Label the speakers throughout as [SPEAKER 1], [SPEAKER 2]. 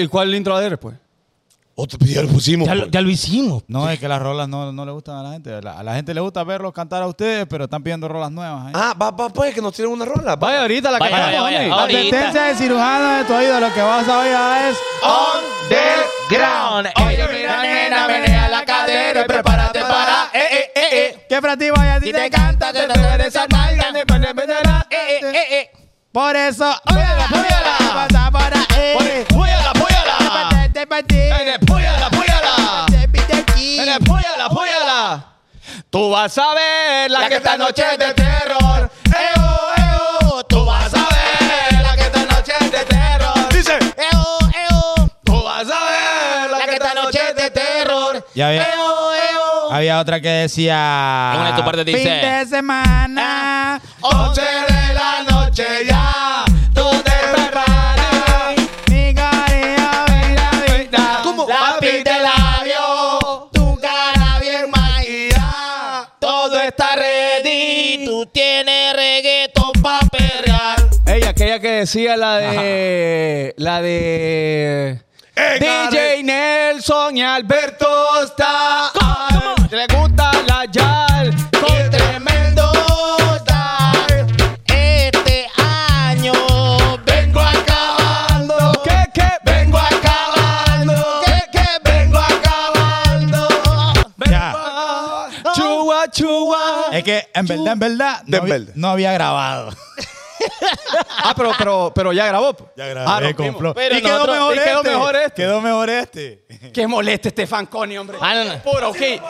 [SPEAKER 1] ¿Y cuál intro va a haber
[SPEAKER 2] pues?
[SPEAKER 1] después?
[SPEAKER 3] Otro, ya lo pusimos.
[SPEAKER 4] Ya lo,
[SPEAKER 3] pues.
[SPEAKER 4] ya lo hicimos.
[SPEAKER 5] No, es que las rolas no, no le gustan a la gente. A la, a la gente le gusta verlos cantar a ustedes, pero están pidiendo rolas nuevas. ¿eh?
[SPEAKER 3] Ah, va, va, pues, que nos tienen una rola. va.
[SPEAKER 1] Vaya, ahorita la
[SPEAKER 2] Vaya,
[SPEAKER 1] cantamos,
[SPEAKER 2] vaya,
[SPEAKER 1] homie.
[SPEAKER 2] vaya. Ahorita.
[SPEAKER 5] Advertencia de cirujano de tu oído. Lo que vas a oír es...
[SPEAKER 2] On the ground. Oye, mira, nena, menea la cadera y prepárate para. Eh, eh, eh, eh.
[SPEAKER 5] Que para ti vaya a
[SPEAKER 2] Si te canta, te duele esa nalga. ni pone venera. Eh, eh, eh, eh.
[SPEAKER 5] Por eso...
[SPEAKER 2] Apóyala, apóyala.
[SPEAKER 5] te pasa para
[SPEAKER 2] Pone,
[SPEAKER 5] él.
[SPEAKER 2] púyala,
[SPEAKER 5] Te
[SPEAKER 2] púyala.
[SPEAKER 5] pasa, te pasa.
[SPEAKER 2] Nene, púyala, púyala.
[SPEAKER 5] Te pide aquí.
[SPEAKER 2] Nene, púyala, púyala. Tú vas a ver la que esta noche es de terror. Eo, eo. Tú vas a ver la que esta noche es de terror.
[SPEAKER 3] Dice.
[SPEAKER 2] Eo, eo. Tú vas a ver la que esta noche es de terror.
[SPEAKER 5] Ya había-
[SPEAKER 2] Eo, eo.
[SPEAKER 5] Había otra que decía...
[SPEAKER 2] En una de tus partes dice-
[SPEAKER 5] Fin de semana.
[SPEAKER 1] Ah.
[SPEAKER 2] 11 de la noche ya. Tú te preparas.
[SPEAKER 5] Mi cariño, ven la vida.
[SPEAKER 3] ¿Cómo?
[SPEAKER 2] Lápiz de labio. Tu cara bien maquillada. Todo está ready. Tú tienes reggaeton pa' perrear.
[SPEAKER 1] Ey, aquella que decía la de. La de.
[SPEAKER 3] Eh,
[SPEAKER 1] DJ
[SPEAKER 3] Gary.
[SPEAKER 1] Nelson y Alberto está. Le gusta la yal.
[SPEAKER 2] Qué tremendo tal. Este año vengo acabando.
[SPEAKER 1] ¿Qué, qué?
[SPEAKER 2] Vengo acabando. Que, que vengo acabando.
[SPEAKER 5] Ya.
[SPEAKER 1] Chua, chua.
[SPEAKER 5] Es que en verdad, en verdad,
[SPEAKER 3] De
[SPEAKER 5] no, había-
[SPEAKER 3] verdad.
[SPEAKER 5] no había grabado.
[SPEAKER 1] Ah, pero, pero, pero ya grabó. po.
[SPEAKER 3] Ya
[SPEAKER 1] Ah,
[SPEAKER 3] grabé.
[SPEAKER 1] no,
[SPEAKER 5] Eh,
[SPEAKER 1] primo.
[SPEAKER 5] con Flo.
[SPEAKER 2] Pero
[SPEAKER 5] y quedó
[SPEAKER 2] nosotros-
[SPEAKER 5] mejor
[SPEAKER 1] y
[SPEAKER 5] este.
[SPEAKER 1] quedó mejor este.
[SPEAKER 5] Quedó mejor este.
[SPEAKER 1] Qué moleste este fanconi, hombre.
[SPEAKER 2] Ah, no, no.
[SPEAKER 1] Puro, qué,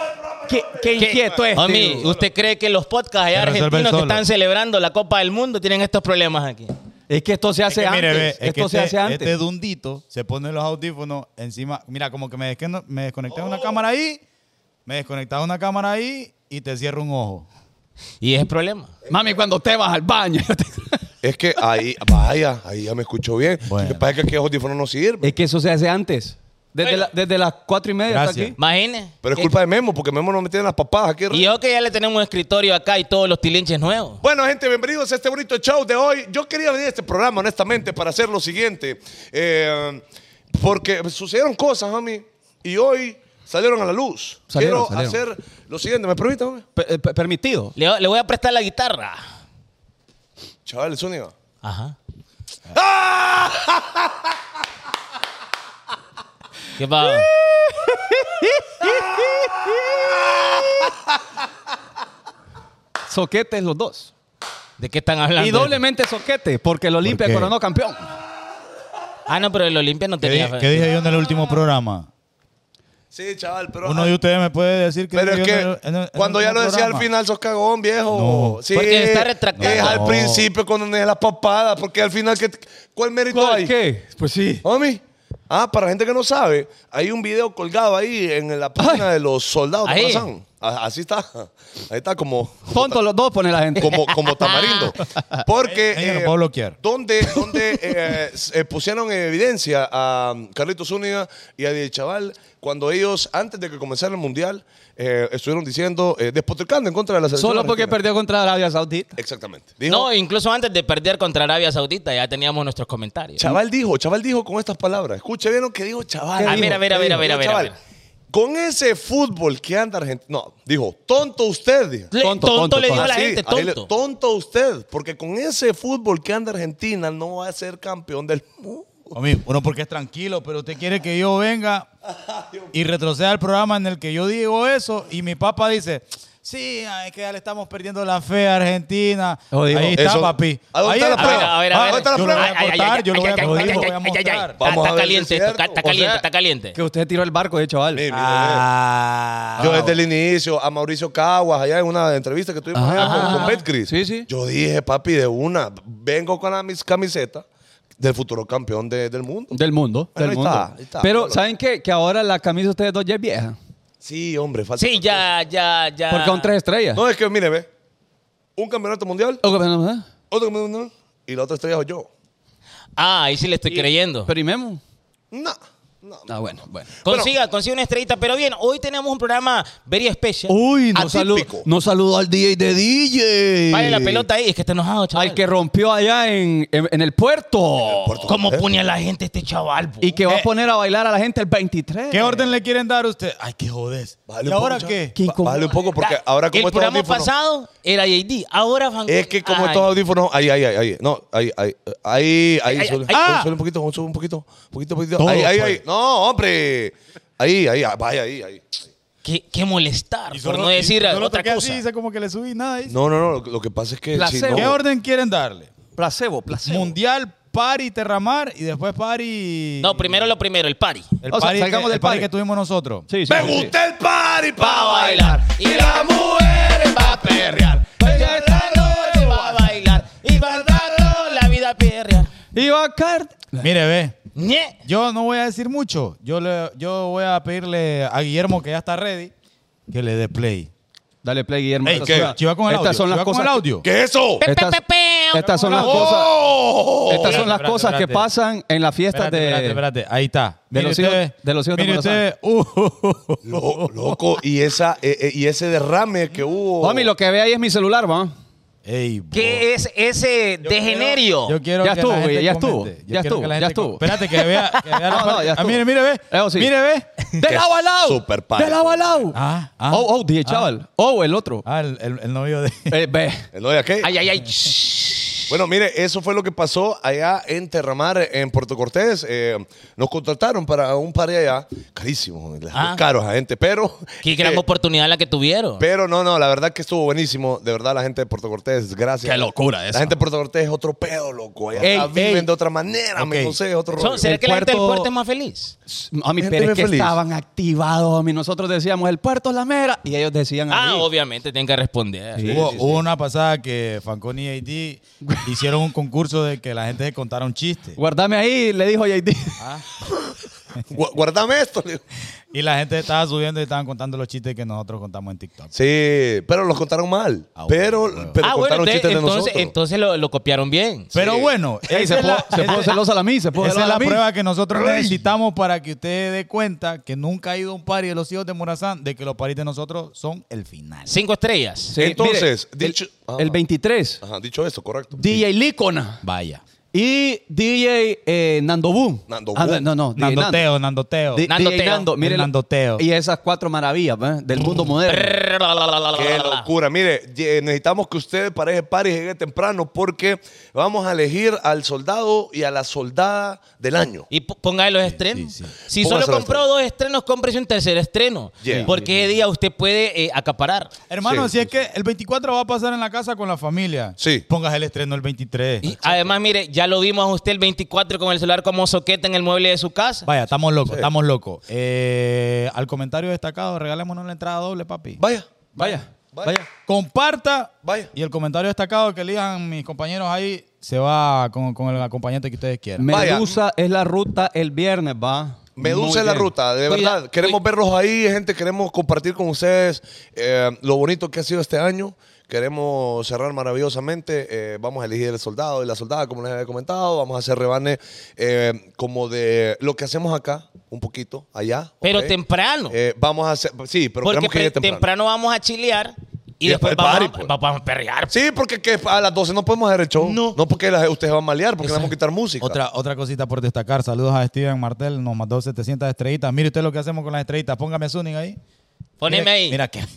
[SPEAKER 1] qué, qué inquieto
[SPEAKER 2] eh.
[SPEAKER 1] este. es.
[SPEAKER 2] Homie, ¿usted cree que los podcasts allá
[SPEAKER 5] Se resuelve
[SPEAKER 2] argentinos que
[SPEAKER 5] solo.
[SPEAKER 2] están celebrando la Copa del Mundo tienen estos problemas aquí?
[SPEAKER 1] Es que esto se hace
[SPEAKER 5] que,
[SPEAKER 1] antes.
[SPEAKER 5] mire, ve, es que
[SPEAKER 1] esto se
[SPEAKER 5] este-
[SPEAKER 1] hace antes.
[SPEAKER 5] Este dundito se pone los audífonos encima. Mira, como que me, desqueno- me desconecté una cámara ahí, me desconectaba una cámara ahí y te cierro un ojo.
[SPEAKER 2] Y es problema.
[SPEAKER 1] Mami, cuando te vas al baño.
[SPEAKER 3] Es que ahí, vaya, ahí ya me escucho bien.
[SPEAKER 5] Bueno.
[SPEAKER 3] Lo que pasa es que aquí el audífono no sirve.
[SPEAKER 1] es que eso se hace antes. Desde,
[SPEAKER 2] Bueno.
[SPEAKER 1] la- desde las cuatro y media hasta
[SPEAKER 5] Gracias.
[SPEAKER 1] aquí.
[SPEAKER 2] Imagínese.
[SPEAKER 3] Pero es culpa de Memo, porque Memo no me tiene las papadas aquí.
[SPEAKER 2] Y yo que ya le tenemos un escritorio acá y todos los tilinches nuevos.
[SPEAKER 3] Bueno, gente, bienvenidos a este bonito show de hoy. Yo quería venir a este programa, honestamente, para hacer lo siguiente. Eh, porque sucedieron cosas, homie, y hoy salieron a la luz.
[SPEAKER 1] Salieron,
[SPEAKER 3] Quiero
[SPEAKER 1] salieron.
[SPEAKER 3] hacer lo siguiente. ¿Me permite, homie?
[SPEAKER 1] Pe- eh, pe- permitido.
[SPEAKER 2] Le, le voy a prestar la guitarra.
[SPEAKER 3] Chaval, el sonido.
[SPEAKER 2] Ajá. ¿Qué pasa?
[SPEAKER 1] Soquetes los dos.
[SPEAKER 2] ¿De qué están hablando?
[SPEAKER 1] Y doblemente soquete, porque el Olimpia
[SPEAKER 5] qué?
[SPEAKER 1] coronó campeón.
[SPEAKER 2] Ah, no, pero el Olimpia no
[SPEAKER 5] ¿Qué,
[SPEAKER 2] tenía.
[SPEAKER 5] di-
[SPEAKER 2] fe.
[SPEAKER 5] qué dije yo en el último programa?
[SPEAKER 3] Sí, chaval, pero.
[SPEAKER 5] Uno de ustedes me puede decir que.
[SPEAKER 3] Pero es
[SPEAKER 5] dije
[SPEAKER 3] que
[SPEAKER 5] yo en el- en el- en
[SPEAKER 3] cuando
[SPEAKER 5] el
[SPEAKER 3] ya lo
[SPEAKER 5] último
[SPEAKER 3] decía al
[SPEAKER 5] programa.
[SPEAKER 3] final, sos cagón, viejo.
[SPEAKER 5] No.
[SPEAKER 3] Sí,
[SPEAKER 2] Porque está retractado.
[SPEAKER 3] Es al
[SPEAKER 5] No.
[SPEAKER 3] principio cuando es la papada, porque al final, ¿qué- ¿cuál mérito hay?
[SPEAKER 1] qué? Pues sí.
[SPEAKER 3] Homie. Ah, para la gente que no sabe, hay un video colgado ahí en la página de los soldados
[SPEAKER 2] Ahí.
[SPEAKER 3] de Morazán. A- Así está. Ahí está como,
[SPEAKER 1] Tontos los dos, pone la gente.
[SPEAKER 3] como, como tamarindo. Porque.
[SPEAKER 5] Ella no puede bloquear.
[SPEAKER 3] Donde, donde eh, s- eh, pusieron en evidencia a um, Carlitos Zúñiga y a Diego Chaval cuando ellos, antes de que comenzara el mundial, eh, estuvieron diciendo, eh, despotricando en contra de la selección.
[SPEAKER 1] Solo porque
[SPEAKER 3] argentina.
[SPEAKER 1] perdió contra Arabia Saudita.
[SPEAKER 3] Exactamente. Dijo-
[SPEAKER 2] No, incluso antes de perder contra Arabia Saudita ya teníamos nuestros comentarios.
[SPEAKER 3] Chaval dijo, Chaval dijo con estas palabras. Escuche bien lo que dijo Chaval.
[SPEAKER 2] Ah,
[SPEAKER 3] Dijo,
[SPEAKER 2] mira, mira,
[SPEAKER 3] dijo,
[SPEAKER 2] mira,
[SPEAKER 3] dijo,
[SPEAKER 2] mira, mira,
[SPEAKER 3] Chaval,
[SPEAKER 2] mira.
[SPEAKER 3] Con ese fútbol que anda Argentina. No, dijo, tonto usted. dijo.
[SPEAKER 2] Le-
[SPEAKER 1] Tonto,
[SPEAKER 2] tonto,
[SPEAKER 1] tonto,
[SPEAKER 2] le dijo a la
[SPEAKER 3] Pues Así,
[SPEAKER 2] gente,
[SPEAKER 3] ahí le-
[SPEAKER 2] tonto.
[SPEAKER 3] tonto usted, porque con ese fútbol que anda Argentina no va a ser campeón del mundo.
[SPEAKER 5] Homie, uno porque es tranquilo, pero usted quiere que yo venga y retroceda al programa en el que yo digo eso y mi papá dice, sí, ay, es que ya le estamos perdiendo la fe a Argentina.
[SPEAKER 1] Lo dijo.
[SPEAKER 5] ahí está,
[SPEAKER 3] Eso-
[SPEAKER 5] papi.
[SPEAKER 3] ¿A dónde
[SPEAKER 5] Ahí
[SPEAKER 3] está la
[SPEAKER 2] A ver,
[SPEAKER 3] prueba?
[SPEAKER 2] a ver,
[SPEAKER 3] Ah,
[SPEAKER 2] a ver.
[SPEAKER 3] ¿dónde está la
[SPEAKER 5] Yo lo
[SPEAKER 3] prueba?
[SPEAKER 5] voy a cortar, yo lo voy a
[SPEAKER 2] ay, ay,
[SPEAKER 5] cortar, lo
[SPEAKER 2] ay,
[SPEAKER 5] voy a
[SPEAKER 2] ay, ay, ay, ay.
[SPEAKER 5] mostrar.
[SPEAKER 3] Vamos a
[SPEAKER 2] Está
[SPEAKER 3] ver si es
[SPEAKER 2] caliente esto,
[SPEAKER 3] cierto.
[SPEAKER 2] está
[SPEAKER 3] O sea,
[SPEAKER 2] caliente, está caliente.
[SPEAKER 1] Que usted tiró el barco de chaval.
[SPEAKER 3] Sí, mira,
[SPEAKER 5] Ah.
[SPEAKER 3] Yo desde el inicio a Mauricio Caguas, allá en una entrevista que tuvimos allá con,
[SPEAKER 2] Ah,
[SPEAKER 3] con Betcris.
[SPEAKER 1] Sí, sí.
[SPEAKER 3] Yo dije, papi, de una, vengo con la mis- camiseta del futuro campeón de- del mundo.
[SPEAKER 1] Del mundo. del
[SPEAKER 3] Bueno, ahí
[SPEAKER 1] mundo.
[SPEAKER 3] está, ahí está.
[SPEAKER 1] Pero,
[SPEAKER 3] Bueno.
[SPEAKER 1] ¿saben qué? Que ahora la camisa de ustedes dos ya es vieja.
[SPEAKER 3] Sí, hombre, falta.
[SPEAKER 2] Sí, ya, ya, ya.
[SPEAKER 1] Porque son tres estrellas.
[SPEAKER 3] No, es que mire, ve. Un campeonato mundial,
[SPEAKER 1] Ok, pero no, ¿eh?
[SPEAKER 3] otro campeonato mundial y la otra estrella soy yo.
[SPEAKER 2] Ah, ahí sí le estoy creyendo.
[SPEAKER 1] Pero y Memo.
[SPEAKER 3] No.
[SPEAKER 2] Ah, bueno, bueno. Consiga, consiga una estrellita. Pero bien, hoy tenemos un programa very special.
[SPEAKER 1] Uy, no,
[SPEAKER 3] Atípico.
[SPEAKER 1] saludo, no saludo al DJ de DJ.
[SPEAKER 2] Vaya la pelota ahí, es que este está enojado, chaval.
[SPEAKER 1] Al que rompió allá en, en- en el puerto.
[SPEAKER 2] ¿Cómo pone a la gente este chaval? po?
[SPEAKER 1] Y que va
[SPEAKER 5] Eh.
[SPEAKER 1] a poner a bailar a la gente el 23.
[SPEAKER 5] ¿Qué orden le quieren dar a usted? Ay, qué jodés.
[SPEAKER 3] Bájale
[SPEAKER 5] ¿Y
[SPEAKER 3] un poco,
[SPEAKER 5] ahora
[SPEAKER 3] chaval.
[SPEAKER 5] qué?
[SPEAKER 1] Qué
[SPEAKER 3] Ba-
[SPEAKER 1] incómodo.
[SPEAKER 3] Bájale un poco porque
[SPEAKER 2] Da-
[SPEAKER 3] ahora como
[SPEAKER 2] El
[SPEAKER 3] estos
[SPEAKER 2] programa
[SPEAKER 3] audífonos...
[SPEAKER 2] pasado era JD, ahora Van
[SPEAKER 3] Es que como
[SPEAKER 2] Ay,
[SPEAKER 3] estos audífonos... Ahí, ahí, ahí, ahí. No, ahí, ahí. Ahí, ahí.
[SPEAKER 2] ay,
[SPEAKER 3] Sube
[SPEAKER 2] ay. Ah.
[SPEAKER 3] sube, sube un poquito, sube un poquito. Poquito, poquito.
[SPEAKER 5] Todo,
[SPEAKER 3] Ahí, ahí,
[SPEAKER 5] pues.
[SPEAKER 3] ahí. No, hombre. Ahí, ahí. ah, Vaya, ahí, ahí.
[SPEAKER 2] Qué, qué molestar,
[SPEAKER 5] Y
[SPEAKER 2] por
[SPEAKER 5] solo-
[SPEAKER 2] no
[SPEAKER 5] y
[SPEAKER 2] decir
[SPEAKER 5] solo
[SPEAKER 2] otra
[SPEAKER 5] toqué
[SPEAKER 2] cosa.
[SPEAKER 5] Así, hice como que le subí nada. hice.
[SPEAKER 3] No, no, no. Lo, lo que pasa es que...
[SPEAKER 1] La
[SPEAKER 3] sí,
[SPEAKER 1] cebo.
[SPEAKER 3] no.
[SPEAKER 5] ¿Qué orden quieren darle?
[SPEAKER 1] Placebo, placebo.
[SPEAKER 5] Mundial, party, terramar y después party.
[SPEAKER 2] No, primero lo primero, el party.
[SPEAKER 5] El
[SPEAKER 1] O sea,
[SPEAKER 5] party,
[SPEAKER 1] salgamos
[SPEAKER 5] que,
[SPEAKER 1] del
[SPEAKER 5] el party
[SPEAKER 1] party.
[SPEAKER 5] que tuvimos nosotros.
[SPEAKER 1] Sí, sí,
[SPEAKER 3] Me
[SPEAKER 1] sí, sí.
[SPEAKER 3] gusta el party pa' bailar.
[SPEAKER 2] y la mujer va a perrear. Ella esta noche va a bailar y va a darnos la vida a perrear.
[SPEAKER 1] Y va a caer.
[SPEAKER 5] Mire, ve.
[SPEAKER 2] Ñe.
[SPEAKER 5] Yo no voy a decir mucho. Yo, le, yo voy a pedirle a Guillermo, que ya está ready, que le dé play.
[SPEAKER 1] Dale play, Guillermo.
[SPEAKER 5] Ey,
[SPEAKER 1] Estas
[SPEAKER 5] ¿qué?
[SPEAKER 1] son las-
[SPEAKER 5] Chiva con el
[SPEAKER 1] Estas
[SPEAKER 5] audio,
[SPEAKER 1] son las
[SPEAKER 5] chiva con
[SPEAKER 1] cosas.
[SPEAKER 5] el audio.
[SPEAKER 3] ¿Qué es eso?
[SPEAKER 2] Pe, pe,
[SPEAKER 1] Estas-
[SPEAKER 2] pe, pe.
[SPEAKER 1] Estas son las cosas.
[SPEAKER 3] ¡Oh!
[SPEAKER 1] Estas son las
[SPEAKER 5] Espérate,
[SPEAKER 1] cosas que
[SPEAKER 5] espérate.
[SPEAKER 1] pasan en las fiestas
[SPEAKER 5] Espérate, espérate,
[SPEAKER 1] de.
[SPEAKER 5] espérate. Ahí está.
[SPEAKER 1] de
[SPEAKER 5] Mire
[SPEAKER 1] los hijos-
[SPEAKER 5] usted,
[SPEAKER 1] de los hijos de
[SPEAKER 5] mire
[SPEAKER 1] Morazán.
[SPEAKER 5] usted. Uh,
[SPEAKER 3] Lo- loco, y, esa, eh, eh, y ese derrame que hubo.
[SPEAKER 1] Homie, lo que ve ahí es mi celular, va.
[SPEAKER 5] Ey, bo.
[SPEAKER 2] ¿Qué es ese degenerio?
[SPEAKER 5] Yo quiero
[SPEAKER 1] Ya
[SPEAKER 5] que
[SPEAKER 1] estuvo,
[SPEAKER 5] la gente
[SPEAKER 1] güey, ya estuvo,
[SPEAKER 5] comente. Yo
[SPEAKER 1] ya
[SPEAKER 5] quiero
[SPEAKER 1] estuvo,
[SPEAKER 5] que la
[SPEAKER 1] ya
[SPEAKER 5] gente
[SPEAKER 1] estuvo.
[SPEAKER 5] com- Espérate, que vea. Que vea la
[SPEAKER 1] No, no,
[SPEAKER 5] parte-
[SPEAKER 1] ya
[SPEAKER 5] Ah,
[SPEAKER 1] estuvo.
[SPEAKER 5] mire, mire, ve.
[SPEAKER 1] Eso sí.
[SPEAKER 5] Mire, ve.
[SPEAKER 1] ¡De
[SPEAKER 3] Que
[SPEAKER 1] lado a lado!
[SPEAKER 3] super party.
[SPEAKER 1] ¡De lado a lado!
[SPEAKER 5] Ah, ah.
[SPEAKER 1] oh, oh, DJ Chaval. Oh, el otro.
[SPEAKER 5] Ah, el, el- el novio de.
[SPEAKER 1] Eh, ve.
[SPEAKER 3] Eh, ¿No de aquel?
[SPEAKER 2] Ay, ay, ay. Shh.
[SPEAKER 3] Bueno, mire, eso fue lo que pasó allá en Terramar, en Puerto Cortés. Eh, nos contrataron para un par allá, carísimo, les
[SPEAKER 2] Ah.
[SPEAKER 3] caros a gente, pero...
[SPEAKER 2] Qué gran
[SPEAKER 3] eh,
[SPEAKER 2] oportunidad la que tuvieron.
[SPEAKER 3] pero no, no, la verdad que estuvo buenísimo. De verdad, la gente de Puerto Cortés, gracias.
[SPEAKER 1] Qué locura
[SPEAKER 3] La
[SPEAKER 1] esa.
[SPEAKER 3] gente de Puerto Cortés es otro pedo, loco. Allá
[SPEAKER 1] Ey,
[SPEAKER 3] acá viven
[SPEAKER 1] ey.
[SPEAKER 3] de otra manera, me
[SPEAKER 5] Ok.
[SPEAKER 3] consejo, otro
[SPEAKER 2] Son-
[SPEAKER 3] rollo.
[SPEAKER 2] ¿Será
[SPEAKER 1] El
[SPEAKER 2] que la gente del
[SPEAKER 1] puerto-
[SPEAKER 2] puerto es más feliz?
[SPEAKER 1] Mami,
[SPEAKER 3] Gente
[SPEAKER 1] pero
[SPEAKER 3] muy
[SPEAKER 1] es que
[SPEAKER 3] feliz.
[SPEAKER 1] estaban activados, mami. Nosotros decíamos el puerto es la mera. Y ellos decían.
[SPEAKER 2] Ah,
[SPEAKER 1] ahí.
[SPEAKER 2] obviamente, tienen que responder.
[SPEAKER 5] hubo, hubo una pasada que Fanconi y AD hicieron un concurso de que la gente se contara un chiste.
[SPEAKER 1] Guardame ahí, le dijo JD.
[SPEAKER 3] Gu- Guardame esto. le digo.
[SPEAKER 5] Y la gente estaba subiendo y estaban contando los chistes que nosotros contamos en TikTok.
[SPEAKER 3] Sí, pero los contaron mal.
[SPEAKER 5] Ah, bueno,
[SPEAKER 3] pero
[SPEAKER 5] bueno.
[SPEAKER 3] pero
[SPEAKER 2] ah, bueno,
[SPEAKER 3] contaron
[SPEAKER 2] entonces,
[SPEAKER 3] chistes de
[SPEAKER 2] entonces,
[SPEAKER 3] nosotros.
[SPEAKER 2] entonces lo, lo copiaron bien.
[SPEAKER 5] Pero bueno,
[SPEAKER 1] Ey,
[SPEAKER 5] esa
[SPEAKER 1] se
[SPEAKER 5] es la-
[SPEAKER 1] puso- se puso
[SPEAKER 5] esa-
[SPEAKER 1] celosa a mí, se puso
[SPEAKER 5] Esa es
[SPEAKER 1] celosa
[SPEAKER 5] la
[SPEAKER 1] a mí. Eh,
[SPEAKER 5] prueba que nosotros necesitamos para que usted dé cuenta que nunca ha ido a un party de los hijos de Morazán, de que los paris de nosotros son el final.
[SPEAKER 2] Cinco estrellas.
[SPEAKER 1] Sí,
[SPEAKER 3] Entonces,
[SPEAKER 1] mire,
[SPEAKER 3] dicho-
[SPEAKER 1] el,
[SPEAKER 3] ah.
[SPEAKER 1] el 23,
[SPEAKER 3] Ajá, dicho eso, correcto.
[SPEAKER 1] DJ Licona
[SPEAKER 5] Vaya.
[SPEAKER 1] y DJ eh, Nando Boom.
[SPEAKER 3] Nando
[SPEAKER 1] Ah,
[SPEAKER 3] Boom.
[SPEAKER 1] no, no, DJ Nando.
[SPEAKER 5] Nandoteo, Nandoteo.
[SPEAKER 1] Di-
[SPEAKER 2] Nando
[SPEAKER 1] DJ
[SPEAKER 2] Teo.
[SPEAKER 1] Nando, mire
[SPEAKER 5] El
[SPEAKER 1] la-
[SPEAKER 5] Nando Teo.
[SPEAKER 1] Y esas cuatro maravillas ¿eh? del mundo moderno.
[SPEAKER 3] Qué locura. Mire, ye- necesitamos que usted para ese party llegue temprano porque vamos a elegir al soldado y a la soldada del año.
[SPEAKER 2] Y po- ponga ahí los estrenos.
[SPEAKER 5] sí,
[SPEAKER 2] Si
[SPEAKER 3] Póngase
[SPEAKER 2] solo
[SPEAKER 3] los
[SPEAKER 2] compró
[SPEAKER 3] estrenos.
[SPEAKER 2] dos estrenos, cómprese un tercer estreno.
[SPEAKER 3] Yeah.
[SPEAKER 2] Porque ese día usted puede eh, acaparar.
[SPEAKER 5] Hermano,
[SPEAKER 3] Sí,
[SPEAKER 5] si es que el 24 va a pasar en la casa con la familia.
[SPEAKER 3] Sí.
[SPEAKER 5] Pongas el estreno el 23.
[SPEAKER 2] Y además, mire, ya lo vimos a usted el 24 con el celular como soquete en el mueble de su casa.
[SPEAKER 5] Vaya, estamos locos, estamos locos. Eh, al comentario destacado, regalémonos la entrada doble, papi.
[SPEAKER 3] Vaya.
[SPEAKER 1] Vaya,
[SPEAKER 3] Vaya.
[SPEAKER 1] vaya.
[SPEAKER 5] Comparta.
[SPEAKER 3] Vaya.
[SPEAKER 5] Y el comentario destacado que elijan mis compañeros ahí se va con, con el acompañante que ustedes quieran.
[SPEAKER 3] Vaya.
[SPEAKER 1] Medusa es la ruta el viernes, va.
[SPEAKER 3] Medusa
[SPEAKER 1] Muy
[SPEAKER 3] es la
[SPEAKER 1] bien.
[SPEAKER 3] ruta, de
[SPEAKER 2] Cuida-
[SPEAKER 3] verdad. Queremos
[SPEAKER 2] cuida-
[SPEAKER 3] verlos ahí, gente. Queremos compartir con ustedes eh, lo bonito que ha sido este año. Queremos cerrar maravillosamente. eh, vamos a elegir el soldado y la soldada, como les había comentado. Vamos a hacer rebanes eh, como de lo que hacemos acá, un poquito, allá.
[SPEAKER 2] Pero
[SPEAKER 3] ¿ok?
[SPEAKER 2] temprano.
[SPEAKER 3] Eh, vamos a hacer. Sí, pero
[SPEAKER 2] porque
[SPEAKER 3] queremos que
[SPEAKER 2] pre-
[SPEAKER 3] llegue
[SPEAKER 2] temprano.
[SPEAKER 3] temprano.
[SPEAKER 2] vamos a chilear y,
[SPEAKER 3] Y
[SPEAKER 2] después
[SPEAKER 3] después
[SPEAKER 2] vamos,
[SPEAKER 3] party,
[SPEAKER 2] a,
[SPEAKER 3] pues.
[SPEAKER 2] va- vamos a perrear.
[SPEAKER 3] Sí, porque que a las 12 no podemos hacer el show.
[SPEAKER 2] No.
[SPEAKER 3] No. porque la- ustedes van a malear, porque le vamos a quitar música.
[SPEAKER 5] Otra, otra cosita por destacar. Saludos a Steven Martel. Nos mandó 700 estrellitas. Mire usted lo que hacemos con las estrellitas. Póngame a Suning ahí.
[SPEAKER 2] Póneme
[SPEAKER 5] Mira-
[SPEAKER 2] ahí.
[SPEAKER 5] eh, Mira que.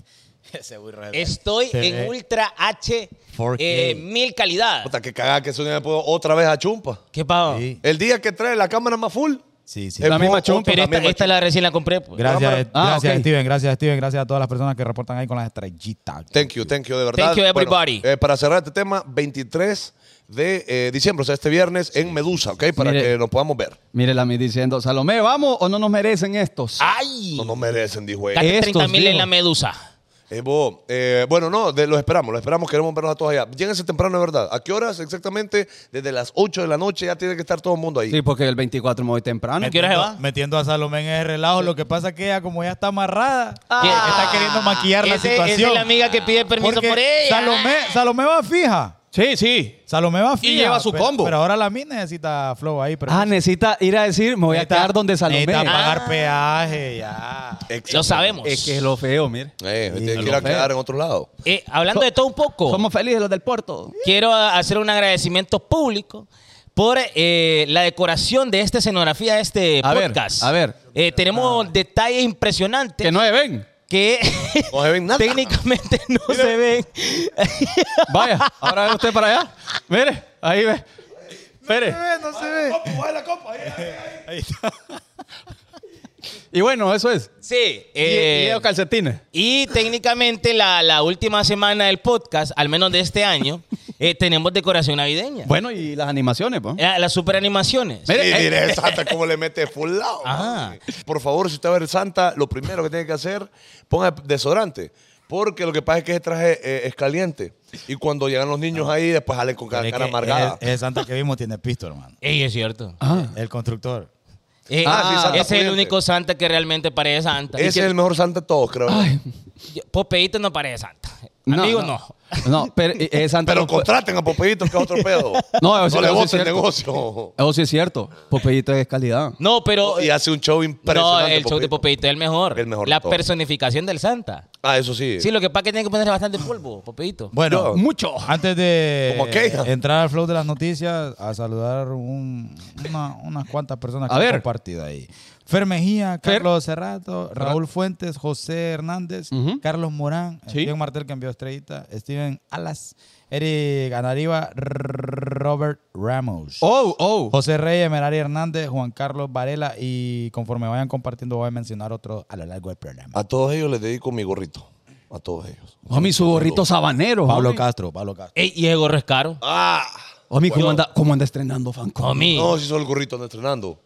[SPEAKER 5] Ese burro es-
[SPEAKER 2] Estoy
[SPEAKER 5] Se ve.
[SPEAKER 2] en Ultra H
[SPEAKER 5] 4K.
[SPEAKER 2] eh, mil calidad.
[SPEAKER 3] Puta, que cagada que suena después otra vez a chumpa.
[SPEAKER 2] ¿Qué pavo? Oh,
[SPEAKER 5] Sí,
[SPEAKER 3] El día que trae la cámara más full.
[SPEAKER 5] sí, sí.
[SPEAKER 3] es
[SPEAKER 1] La misma
[SPEAKER 3] otra-
[SPEAKER 1] chumpa.
[SPEAKER 2] Pero
[SPEAKER 3] la
[SPEAKER 2] esta,
[SPEAKER 3] misma
[SPEAKER 2] esta
[SPEAKER 3] chumpa.
[SPEAKER 2] la recién la compré. pues.
[SPEAKER 5] Gracias, eh,
[SPEAKER 1] Ah,
[SPEAKER 5] gracias
[SPEAKER 1] ok.
[SPEAKER 5] Steven. Gracias, Steven. Gracias a todas las personas que reportan ahí con las estrellitas.
[SPEAKER 3] Thank you, thank you, de verdad.
[SPEAKER 2] Thank you, everybody.
[SPEAKER 3] Bueno, eh, para cerrar este tema, 23 de eh, diciembre, o sea, este viernes en Medusa, ¿ok? Para
[SPEAKER 1] Mire.
[SPEAKER 3] que nos podamos ver.
[SPEAKER 1] Mírela a mí diciendo, Salomé, ¿vamos o no nos merecen estos?
[SPEAKER 2] ¡Ay!
[SPEAKER 3] No nos merecen, dijo ella.
[SPEAKER 2] Gaste
[SPEAKER 1] Estos,
[SPEAKER 2] 30 mil en
[SPEAKER 1] digo.
[SPEAKER 2] la medusa.
[SPEAKER 3] Eh, bo, eh, bueno, no, de- los esperamos, los esperamos, queremos vernos a todos allá. Lléguense temprano, de verdad. ¿A qué horas exactamente? Desde las 8 de la noche ya tiene que estar todo el mundo ahí.
[SPEAKER 1] Sí, porque el 24 me voy temprano.
[SPEAKER 2] ¿A Ah, qué hora se va?
[SPEAKER 5] Metiendo a Salomé en el relajo. Lo que pasa es que ella, como ya está amarrada,
[SPEAKER 2] Ah.
[SPEAKER 5] está queriendo maquillar la
[SPEAKER 2] Ese-
[SPEAKER 5] situación.
[SPEAKER 2] Esa es la amiga que pide permiso
[SPEAKER 5] Porque
[SPEAKER 2] por ella.
[SPEAKER 5] Salomé, Salomé va fija.
[SPEAKER 6] Sí, sí.
[SPEAKER 5] Salomé va fija.
[SPEAKER 6] lleva su
[SPEAKER 5] pero-
[SPEAKER 6] combo.
[SPEAKER 5] Pero ahora la MIN necesita flow ahí. Pero
[SPEAKER 1] Ah, necesita ir a decir, me voy a
[SPEAKER 5] Necesita-
[SPEAKER 1] quedar donde Salomé. Ah,
[SPEAKER 5] Necesita
[SPEAKER 2] Ah.
[SPEAKER 5] pagar peaje, ya.
[SPEAKER 6] Lo sabemos.
[SPEAKER 1] Es que es lo feo, mire.
[SPEAKER 3] Eh, te
[SPEAKER 1] lo
[SPEAKER 3] quiera
[SPEAKER 1] feo.
[SPEAKER 3] quedar en otro lado.
[SPEAKER 2] Eh, hablando de todo un poco,
[SPEAKER 1] Somos felices los del Porto.
[SPEAKER 2] quiero a- hacer un agradecimiento público por eh, la decoración de esta escenografía de este
[SPEAKER 1] A ver,
[SPEAKER 2] podcast.
[SPEAKER 1] a ver.
[SPEAKER 2] Eh,
[SPEAKER 5] Ah.
[SPEAKER 2] tenemos detalles impresionantes
[SPEAKER 1] Que no se ven.
[SPEAKER 2] que
[SPEAKER 3] No se ven nada.
[SPEAKER 2] técnicamente no se ven.
[SPEAKER 1] Vaya, ahora ve usted para allá. Mire, ahí ve. Espere.
[SPEAKER 5] No se ve.
[SPEAKER 1] Y bueno, eso es.
[SPEAKER 2] sí.
[SPEAKER 1] Y-
[SPEAKER 2] eh,
[SPEAKER 1] y los calcetines.
[SPEAKER 2] Y técnicamente la, la última semana del podcast, al menos de este año, eh, tenemos decoración navideña.
[SPEAKER 1] Bueno, y las animaciones, pues.
[SPEAKER 2] Eh, las superanimaciones.
[SPEAKER 1] Mire,
[SPEAKER 3] Y
[SPEAKER 1] eh, ah.
[SPEAKER 3] diré, Santa, ¿cómo le mete full lado? eh.
[SPEAKER 2] Ajá.
[SPEAKER 3] Por favor, si usted va a ver Santa, lo primero que tiene que hacer, ponga desodorante. Porque lo que pasa es que ese traje eh, es caliente. Y cuando llegan los niños ahí, después salen con cara,
[SPEAKER 5] Es
[SPEAKER 3] cara
[SPEAKER 5] que
[SPEAKER 3] amargada.
[SPEAKER 1] eh,
[SPEAKER 5] el- el Santa que vimos tiene pisto, hermano.
[SPEAKER 2] Ey, es cierto.
[SPEAKER 5] El constructor.
[SPEAKER 2] Eh,
[SPEAKER 3] Ah, sí, Santa
[SPEAKER 2] ese es el
[SPEAKER 3] Pudiente.
[SPEAKER 2] único santa que realmente parece santa.
[SPEAKER 3] Ese es el mejor Santa de todos, creo.
[SPEAKER 2] Yo- Popeito no parece santa.
[SPEAKER 1] no,
[SPEAKER 2] Amigo, no.
[SPEAKER 1] No, pero eh, eh, Santa.
[SPEAKER 3] Pero
[SPEAKER 1] no puede-
[SPEAKER 3] contraten a Popeito, que es otro pedo.
[SPEAKER 1] No,
[SPEAKER 3] no
[SPEAKER 1] eso-
[SPEAKER 3] le
[SPEAKER 1] eso
[SPEAKER 3] bote
[SPEAKER 1] es
[SPEAKER 3] el
[SPEAKER 1] cierto.
[SPEAKER 3] negocio.
[SPEAKER 1] Eso sí es cierto. Popeyito es calidad.
[SPEAKER 2] No, pero... eh,
[SPEAKER 3] Y hace un show
[SPEAKER 2] No,
[SPEAKER 3] impresionante.
[SPEAKER 2] el show de Popeito es el mejor.
[SPEAKER 3] El mejor de
[SPEAKER 2] La
[SPEAKER 3] todos.
[SPEAKER 2] personificación del santa.
[SPEAKER 3] Ah, eso sí.
[SPEAKER 2] Sí, lo que pasa es que tiene que ponerle bastante polvo, Popeito.
[SPEAKER 5] Bueno,
[SPEAKER 1] Mucho.
[SPEAKER 5] antes de
[SPEAKER 3] Como aquella.
[SPEAKER 5] entrar al flow de las noticias, a saludar un- una- unas cuantas personas que
[SPEAKER 1] A
[SPEAKER 5] han
[SPEAKER 1] ver.
[SPEAKER 5] compartido ahí. Fer Mejía,
[SPEAKER 1] Fer.
[SPEAKER 5] Carlos Cerrato, Raúl Fuentes, José Hernández,
[SPEAKER 1] Ujú.
[SPEAKER 5] Carlos Morán,
[SPEAKER 1] Sí.
[SPEAKER 5] John Martel que envió estrellita, Steven Alas, Eric Anariba, R- Robert Ramos.
[SPEAKER 1] Oh, oh.
[SPEAKER 5] José Reyes, Merari Hernández, Juan Carlos Varela y conforme vayan compartiendo voy a mencionar otros a lo largo del programa.
[SPEAKER 3] A todos ellos les dedico mi gorrito. A todos ellos.
[SPEAKER 1] Homie, su gorrito sabanero.
[SPEAKER 5] Pablo
[SPEAKER 1] homie.
[SPEAKER 5] Castro, Pablo Castro.
[SPEAKER 2] Ey, y ese gorro es caro.
[SPEAKER 3] Ah.
[SPEAKER 1] Homie, ¿cómo anda, cómo anda estrenando Fancom?
[SPEAKER 2] Homie.
[SPEAKER 3] No, si son el gorrito anda estrenando.